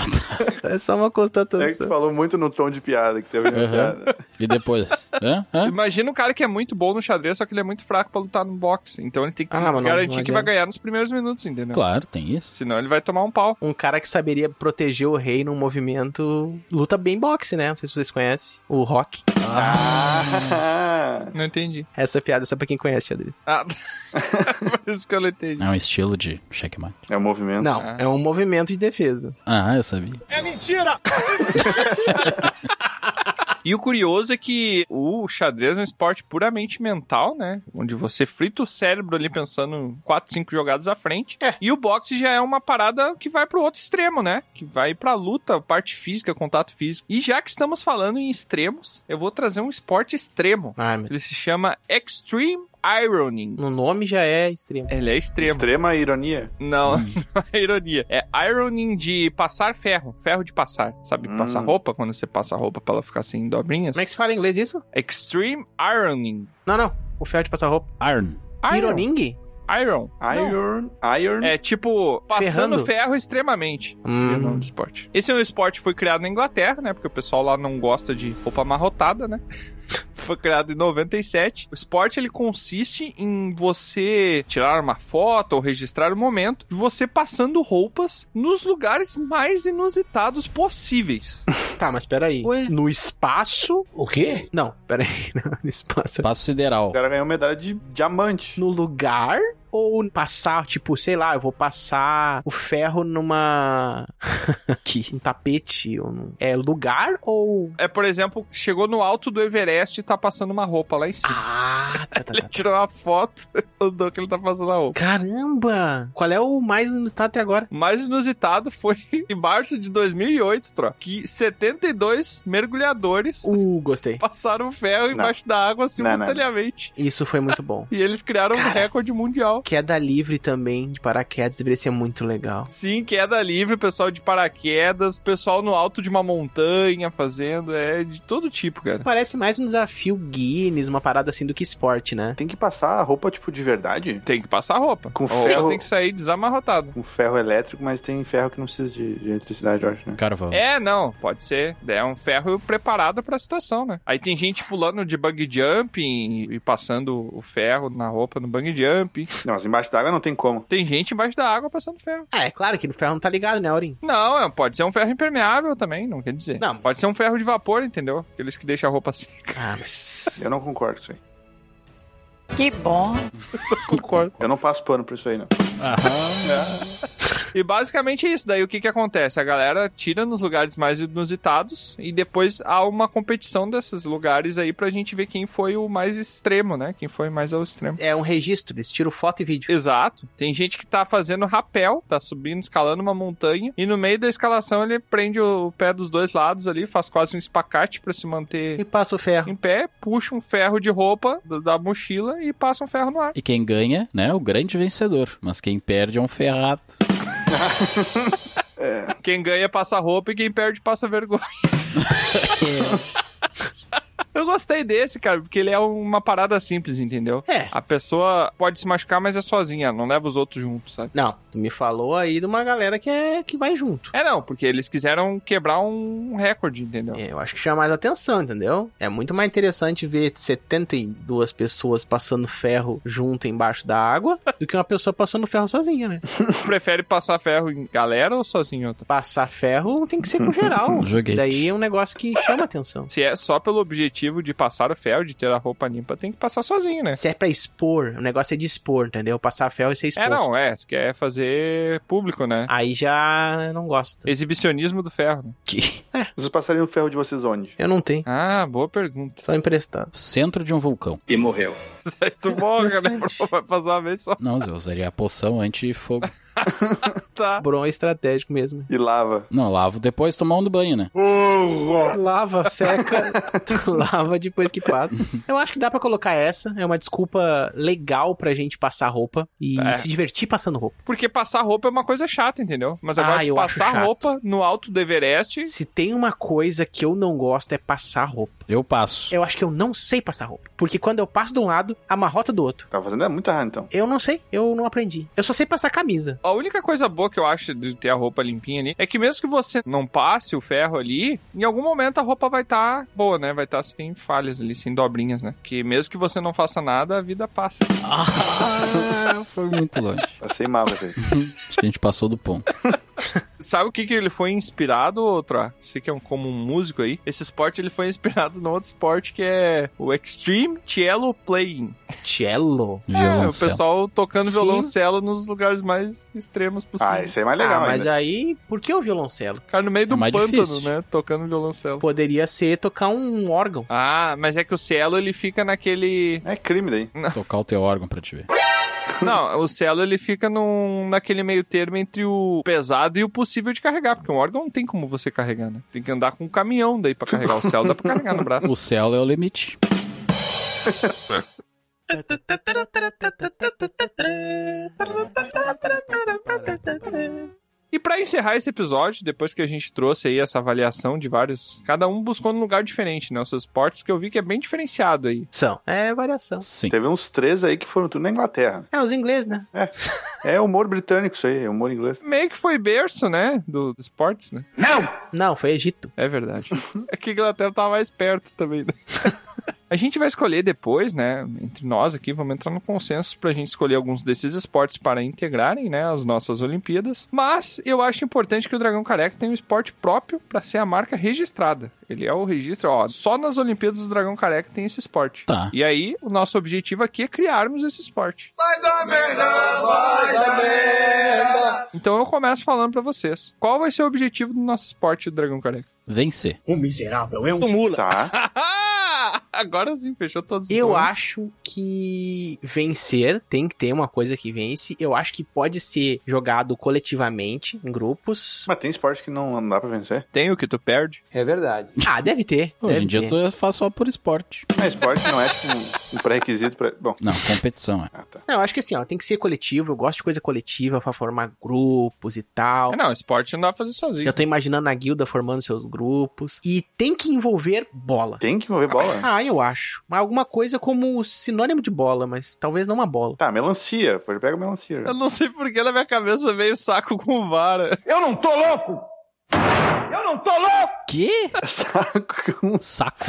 *laughs* É só uma É que tu constatação. falou muito no tom de piada que teve na Uhum. piada. E depois? Hã? Hã? Imagina um cara que é muito bom no xadrez, só que ele é muito fraco pra lutar no boxe. Então ele tem que Ah, mas não- garantir não que vai adianta. ganhar nos primeiros minutos, entendeu? Claro, tem isso. Senão ele vai tomar um pau. Um cara que saberia proteger o rei num movimento. Luta bem boxe, né? Não sei se vocês conhecem. O rock. Ah! Não entendi. *laughs* Essa piada é só pra quem conhece, xadrez. Ah, por isso que eu não entendi. É um estilo de checkmate. É o movimento. Não, Ah. é um movimento de defesa. Ah, eu sabia. É mentira! *laughs* E o curioso é que o xadrez é um esporte puramente mental, né? Onde você frita o cérebro ali pensando 4, 5 jogadas à frente. E o boxe já é uma parada que vai pro outro extremo, né? Que vai pra luta, parte física, contato físico. E já que estamos falando em extremos, eu vou trazer um esporte extremo. Ele se chama Extreme Ironing. No nome já é extremo. Ele é extremo. Extrema ironia? Não, Hum. *laughs* não é ironia. É ironing de passar ferro. Ferro de passar. Hum. Sabe, passar roupa, quando você passa a roupa pra ela ficar sem dobrinhas. Como é que se fala em inglês isso? Extreme Ironing. Não, não. O ferro de passar roupa. Iron. Ironing? Iron. Iron. Iron. É tipo, passando Ferrando. ferro extremamente. Hum. Seria o nome do esporte. Esse é um esporte que foi criado na Inglaterra, né? Porque o pessoal lá não gosta de roupa amarrotada, né? *laughs* Foi criado em 97. O esporte ele consiste em você tirar uma foto ou registrar um momento de você passando roupas nos lugares mais inusitados possíveis. Tá, mas peraí. Ué. No espaço. O quê? Não, peraí. *laughs* Não, no espaço. Passo sideral. O cara ganhou medalha de diamante. No lugar? Ou passar, tipo, sei lá, eu vou passar o ferro numa. *laughs* Que um tapete. Ou num... É lugar ou. É, por exemplo, chegou no alto do Everest e tá passando uma roupa lá em cima. Ah, tá, tá, tá. Tirou uma foto *laughs* do que ele tá passando a roupa. *laughs* Caramba! Qual é o mais inusitado até agora? O mais inusitado foi *laughs* em março de 2008, tro, que 72 mergulhadores Uh, gostei. passaram ferro embaixo da água simultaneamente. Isso foi muito bom. E eles criaram um Cara. recorde mundial. Queda livre também de paraquedas deveria ser muito legal. Sim, queda livre, pessoal de paraquedas, pessoal no alto de uma montanha fazendo, é de todo tipo, cara. Parece mais um desafio Guinness, uma parada assim do que esporte, né? Tem que passar a roupa, tipo, de verdade? Tem que passar roupa. Com A roupa ferro. tem que sair desamarrotado. Com ferro elétrico, mas tem ferro que não precisa de, de eletricidade, eu acho, né? carvão. É, não, pode ser. É um ferro preparado pra situação, né? Aí tem gente pulando de bungee jumping e passando o ferro na roupa no bungee jump. Não, mas embaixo d'água não tem como. Tem gente embaixo da água passando ferro. Ah, é claro que no ferro não tá ligado, né, Aurim? Não, é- pode ser um ferro impermeável também, não quer dizer. Não. Pode ser um ferro de vapor, entendeu? Aqueles que deixam a roupa assim. seca. Ah, mas. Eu não concordo com isso aí. Que bom. Concordo. Eu não passo pano pra isso aí, não. Aham. *laughs* E basicamente é isso. Daí o que que acontece? A galera tira nos lugares mais inusitados e depois há uma competição desses lugares aí pra gente ver quem foi o mais extremo, né? Quem foi mais ao extremo. É um registro, eles tiram foto e vídeo. Exato. Tem gente que tá fazendo rapel, tá subindo, escalando uma montanha, e no meio da escalação ele prende o pé dos dois lados ali, faz quase um espacate pra se manter E passa o ferro. em pé, puxa um ferro de roupa da, da mochila e passa um ferro no ar. E quem ganha, né, é o grande vencedor. Mas quem perde é um ferrado. Quem ganha passa roupa e quem perde passa vergonha. Eu gostei desse, cara, porque ele é uma parada simples, entendeu? É. A pessoa pode se machucar, mas é sozinha, não leva os outros juntos, sabe? Não, tu me falou aí de uma galera que, é, que vai junto. É não, porque eles quiseram quebrar um recorde, entendeu? É, eu acho que chama mais atenção, entendeu? É muito mais interessante ver 72 pessoas passando ferro junto embaixo da água do que uma pessoa passando ferro sozinha, né? Prefere passar ferro em galera ou sozinho? Otto? Passar ferro tem que ser com *laughs* geral. Joguei. Daí é um negócio que chama atenção. Se é só pelo objetivo de passar o ferro, de ter a roupa limpa, tem que passar sozinho, né? Se é pra expor, o negócio é de expor, entendeu? Passar ferro e ser exposto. É não, é, se quer fazer público, né? Aí já não gosto. Exibicionismo do ferro. né? Que Vocês passariam o ferro de vocês onde? Eu não tenho. Ah, boa pergunta. *laughs* Só emprestado. centro de um vulcão. E morreu. Aí *laughs* tu morre, né? Interessante. Vai passar uma vez só. Não, eu usaria a poção anti-fogo. Tá. Bron é estratégico mesmo. E lava. Não, lavo depois tomando banho, né? Lava, seca, *laughs* lava depois que passa. Eu acho que dá pra colocar essa. É uma desculpa legal pra gente passar roupa e É. se divertir passando roupa. Porque passar roupa é uma coisa chata, entendeu? Mas Ah, agora tu eu acho passar chato. roupa no alto do Everest. Se tem uma coisa que eu não gosto é passar roupa. Eu passo. Eu acho que eu não sei passar roupa. Porque quando eu passo de um lado, amarrota do outro. Tá fazendo é muito errado, então. Eu não sei, eu não aprendi. Eu só sei passar camisa. A única coisa boa que eu acho de ter a roupa limpinha ali é que mesmo que você não passe o ferro ali, em algum momento a roupa vai estar boa, né? Vai estar sem falhas ali, sem dobrinhas, né? Que mesmo que você não faça nada, a vida passa. Ah, foi muito longe. Passei mal, velho. *laughs* Acho que a gente passou do ponto. Sabe o que, que ele foi inspirado, outra? Você que é um, como um músico aí. Esse esporte ele foi inspirado no outro esporte que é o Extreme Cello Playing. Cello? É, o pessoal tocando violoncelo nos lugares mais extremos possível. Ah, isso aí é mais legal. Ah, mas ainda. aí, por que o violoncelo? Cara, no meio do é mais pântano, difícil. né? Tocando violoncelo. Poderia ser tocar um órgão. Ah, mas é que o cello ele fica *laughs* naquele. É crime daí. Tocar o teu órgão pra te ver. Não, o cello ele fica num, naquele meio termo entre o pesado e o possível de carregar, porque um órgão não tem como você carregar, né? Tem que andar com um caminhão daí pra carregar. O cello dá pra carregar no *laughs* braço. *laughs* O céu é o limite. E pra encerrar esse episódio, depois que a gente trouxe aí essa avaliação de vários, cada um buscou num lugar diferente, né? Os seus portes que eu vi que é bem diferenciado aí. São. É variação. Sim. Teve uns três aí que foram tudo na Inglaterra. É, os ingleses, né? É humor britânico isso aí, é humor inglês. Meio que foi berço, né? Do, do esportes, né? Não, foi Egito. É verdade. *laughs* é que a Inglaterra tava mais perto também, né? *laughs* A gente vai escolher depois, né? Entre nós aqui, vamos entrar no consenso pra gente escolher alguns desses esportes para integrarem, né? As nossas Olimpíadas. Mas eu acho importante que o Dragão Careca tenha um esporte próprio pra ser a marca registrada. Ele é o registro, ó. Só nas Olimpíadas do Dragão Careca tem esse esporte. Tá. E aí, o nosso objetivo aqui é criarmos esse esporte. Então eu começo falando pra vocês. Qual vai ser o objetivo do nosso esporte do Dragão Careca? *laughs* Vencer. O miserável é um Tá. Agora sim, fechou todos então, né? os Eu nomes. acho que vencer tem que ter uma coisa que vence. Eu acho que pode ser jogado coletivamente, em grupos. Mas tem esporte que não não dá pra vencer. Tem o que tu perde? É verdade. Ah, deve ter. Hoje deve em dia ter. tu faz só por esporte. É esporte não é tipo, um pré-requisito pra. Bom. Não, competição, é. Ah, tá. Não, eu acho que assim, ó, tem que ser coletivo. Eu gosto de coisa coletiva pra formar grupos e tal. É, não, esporte não dá pra fazer sozinho. Eu tô imaginando a guilda formando seus grupos. E tem que envolver bola. Tem que envolver bola. né? Ah, eu acho. Mas Alguma coisa como sinônimo de bola, mas talvez não uma bola. Tá, melancia. Pode pegar melancia. já. Eu não sei porque na minha cabeça veio saco com vara. Eu não tô louco! Eu não tô louco! Que? É Saco. Saco.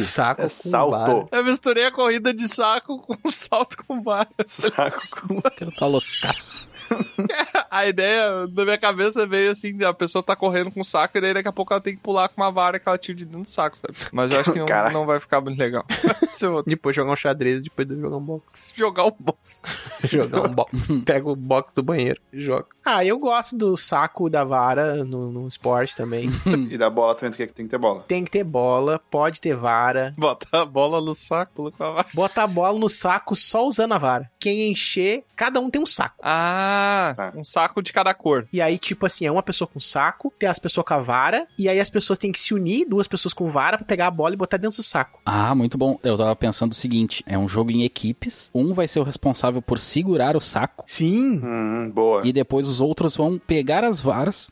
Saco É com vara. salto. Eu misturei a corrida de saco com *laughs* salto com vara. Saco com. O cara tá loucaço. *laughs* A ideia na minha cabeça veio assim, a pessoa tá correndo com o saco e daí daqui a pouco ela tem que pular com uma vara que ela tira de dentro do saco, sabe? Mas eu acho que não, Cara. não vai ficar muito legal. *laughs* Se eu Depois jogar um xadrez, depois jogar um box. jogar o box. *laughs* jogar um box. Pega o box do banheiro e joga. Ah, eu gosto do saco da vara no, no esporte *laughs* também. E da bola também, tu quer que tem que ter bola. Tem que ter bola, pode ter vara. Bota a bola no saco, pula com a vara. Bota a bola no saco só usando a vara. Quem encher, cada um tem um saco. Ah, Tá. um saco de cada cor. E aí, tipo assim, é uma pessoa com saco, tem as pessoas com a vara, e aí as pessoas têm que se unir, duas pessoas com vara, pra pegar a bola e botar dentro do saco. Ah, muito bom. Eu tava pensando o seguinte: é um jogo em equipes. Um vai ser o responsável por segurar o saco. Sim. Hum, boa. E depois os outros vão pegar as varas.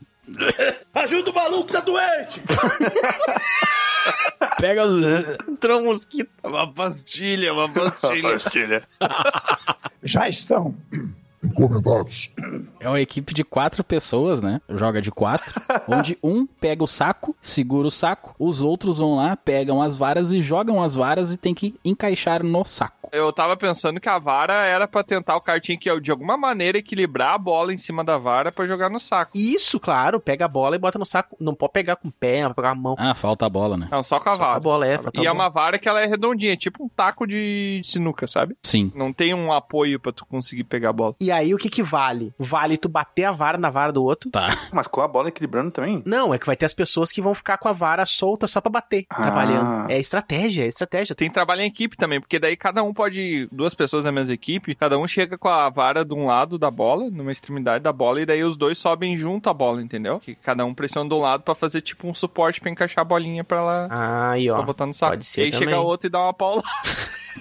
Ajuda o maluco, tá doente! Pega. Entrou um mosquito. Uma pastilha, uma pastilha. *laughs* Pastilha. Já estão. É uma equipe de quatro pessoas, né? Joga de quatro. onde um pega o saco, segura o saco. Os outros vão lá, pegam as varas e jogam as varas e tem que encaixar no saco. Eu tava pensando que a vara era pra tentar o cartinho que é de alguma maneira equilibrar a bola em cima da vara pra jogar no saco. Isso, claro, pega a bola e bota no saco. Não pode pegar com o pé, não pode pegar com a mão. Ah, falta a bola, né? Não, só com a Só com a vara. bola é, falta a e é bola. uma vara que ela é redondinha, tipo um taco de sinuca, sabe? Sim. Não tem um apoio pra tu conseguir pegar a bola. E aí, o que que vale? Vale tu bater a vara na vara do outro? tá. Mas com a bola equilibrando também? Não, é que vai ter as pessoas que vão ficar com a vara solta só pra bater, Ah. trabalhando. É estratégia, é estratégia. Tem que trabalhar em equipe também, porque daí cada um pode. Duas pessoas na mesma equipe, cada um chega com a vara de um lado da bola, numa extremidade da bola, e daí os dois sobem junto a bola, entendeu? Que cada um pressiona de um lado pra fazer tipo um suporte pra encaixar a bolinha pra ela. Aí, pra ó. botar no saco. pode ser e aí também. chega outro e dá uma paulada. *laughs*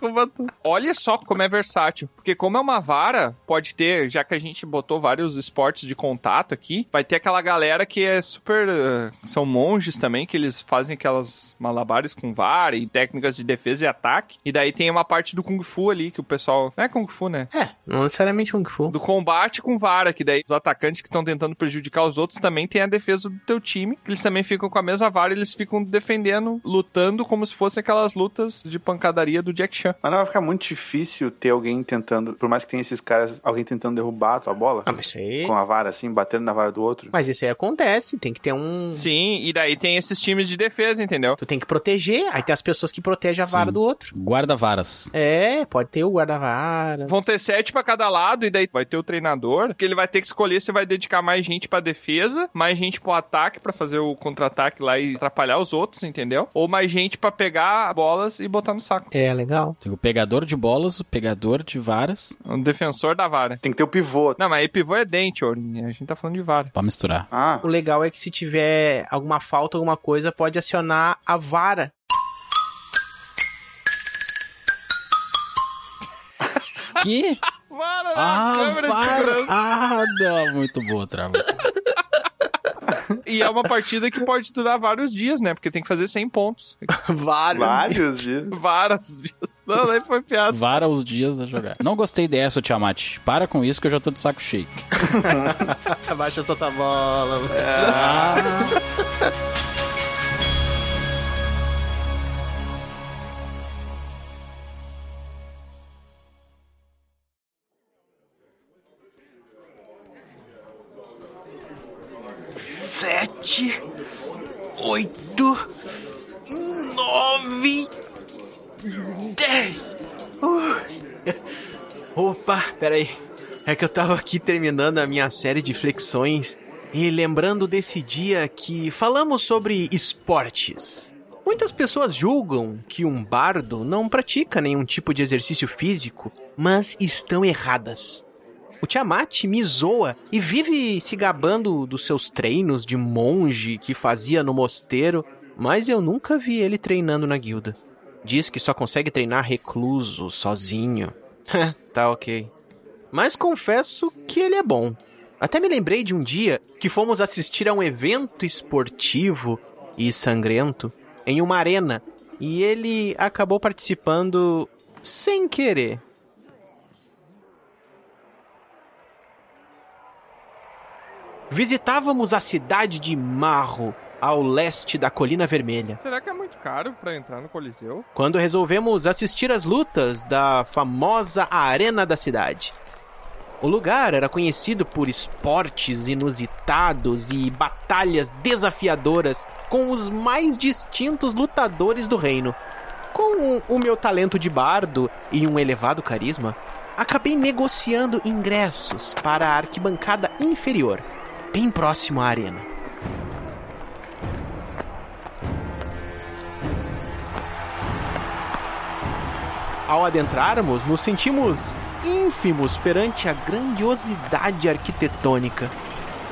Com batu- Olha só como é versátil. Porque como é uma vara, pode ter, já que a gente botou vários esportes de contato aqui, vai ter aquela galera que é super. eh, são monges também, que eles fazem aquelas malabares com vara e técnicas de defesa e ataque. E daí tem uma parte do Kung Fu ali, que o pessoal. Não é Kung Fu, né? É, não necessariamente um que for. Do combate com vara, que daí os atacantes que estão tentando prejudicar os outros também tem a defesa do teu time, que eles também ficam com a mesma vara, e eles ficam defendendo, lutando como se fossem aquelas lutas de pancadaria do Jack Chan. Entendeu? Mas não vai ficar muito difícil ter alguém tentando, por mais que tenha esses caras, alguém tentando derrubar a tua bola. Ah, mas isso aí. Com a vara, assim, batendo na vara do outro. Mas isso aí acontece, tem que ter um. Sim, e daí tem esses times de defesa, entendeu? Tu tem que proteger, aí tem as pessoas que protegem a vara Sim. do outro. Guarda-varas. É, pode ter o guarda-varas. Vão ter sete pra cada lado, e daí vai ter o treinador, que ele vai ter que escolher se vai dedicar mais gente pra defesa, mais gente pro ataque pra fazer o contra-ataque lá e atrapalhar os outros, entendeu? Ou mais gente pra pegar bolas e botar no saco. É, legal. Tem o pegador de bolas, o pegador de varas. Um defensor da vara. Tem que ter o pivô. Não, mas aí pivô é dente, Orlinha. A gente tá falando de vara. Pra misturar. Ah, O legal é que se tiver alguma falta, alguma coisa, pode acionar a vara. Que? Vara na Ah, câmera de vara. segurança. Ah, não. Muito boa, Trava. E é uma partida que pode durar vários dias, né? Porque tem que fazer 100 pontos. *laughs* Vara. vários dias. Vários dias. Não, daí foi piada. Vara os dias a jogar. Não gostei dessa, ô Tiamat. Para com isso que eu já tô de saco cheio. Abaixa essa tua bola. Sete, oito, nove, dez. Opa, peraí. É que eu tava aqui terminando a minha série de flexões e lembrando desse dia que falamos sobre esportes. Muitas pessoas julgam que um bardo não pratica nenhum tipo de exercício físico, mas estão erradas. O Tiamat me zoa e vive se gabando dos seus treinos de monge que fazia no mosteiro, mas eu nunca vi ele treinando na guilda. Diz que só consegue treinar recluso, sozinho. tá ok. Mas confesso que ele é bom. Até me lembrei de um dia que fomos assistir a um evento esportivo e sangrento em uma arena e ele acabou participando sem querer. Visitávamos a cidade de Marro, ao leste da Colina Vermelha Será que é muito caro pra entrar no Coliseu? quando resolvemos assistir às lutas da famosa Arena da Cidade. O lugar era conhecido por esportes inusitados e batalhas desafiadoras com os mais distintos lutadores do reino. Com o meu talento de bardo e um elevado carisma, acabei negociando ingressos para a arquibancada inferior, bem próximo à arena. Ao adentrarmos, nos sentimos ínfimos perante a grandiosidade arquitetônica.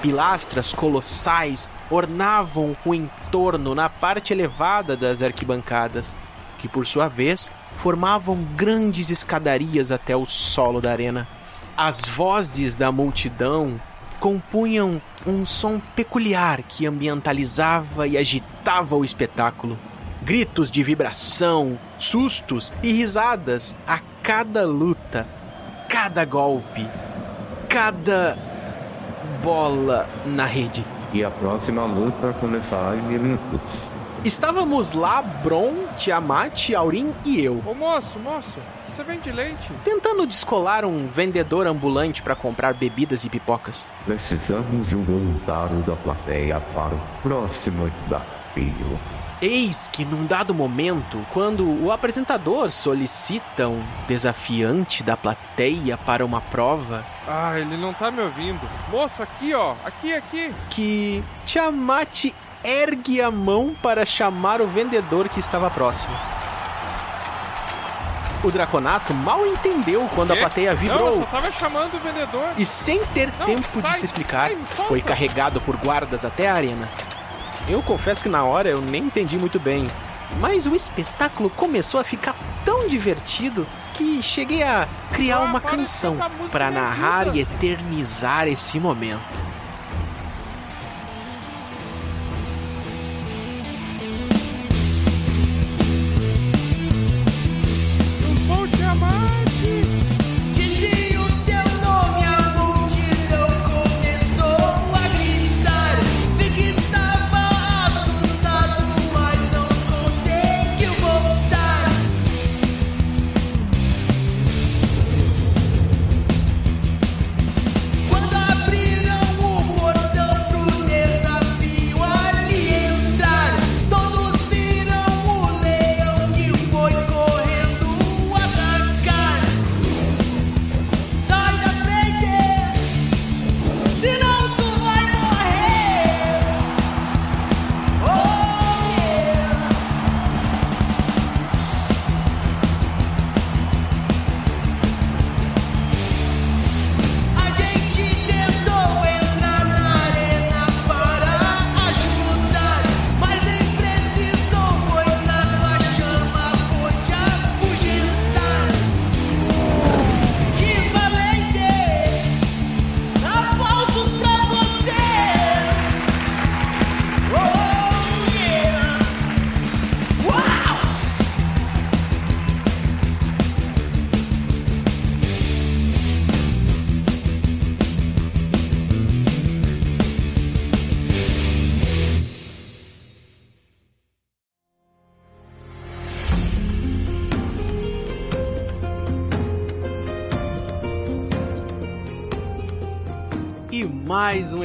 Pilastras colossais ornavam o entorno na parte elevada das arquibancadas, que por sua vez formavam grandes escadarias até o solo da arena. As vozes da multidão compunham um som peculiar que ambientalizava e agitava o espetáculo. Gritos de vibração, sustos e risadas a cada luta, cada golpe, cada bola na rede. E a próxima luta vai começar em minutos. Estávamos lá, Bron, Tiamat, Aurim e eu, Ô moço, moço, você vende leite? tentando descolar um vendedor ambulante para comprar bebidas e pipocas. Precisamos de um voluntário da plateia para o próximo desafio. Eis que num dado momento, quando o apresentador solicita um desafiante da plateia para uma prova, Ah, ele não tá me ouvindo. Moço, aqui, ó. Aqui, aqui. que Tiamat ergue a mão para chamar o vendedor que estava próximo. O Draconato mal entendeu quando a Quê? Não, plateia eu vibrou só tava chamando o vendedor. e, sem ter Não, tempo sai, de se explicar, sai, me solta. foi carregado por guardas até a arena. Eu confesso que na hora eu nem entendi muito bem, mas o espetáculo começou a ficar tão divertido que cheguei a criar Ah, uma para de canção cantar música para me ajuda. narrar e eternizar esse momento. Eu sou o diamante. Dizia o seu nome, a multidão começou a gritar. Vi que estava assustado, mas não conseguiu voltar. é E mais um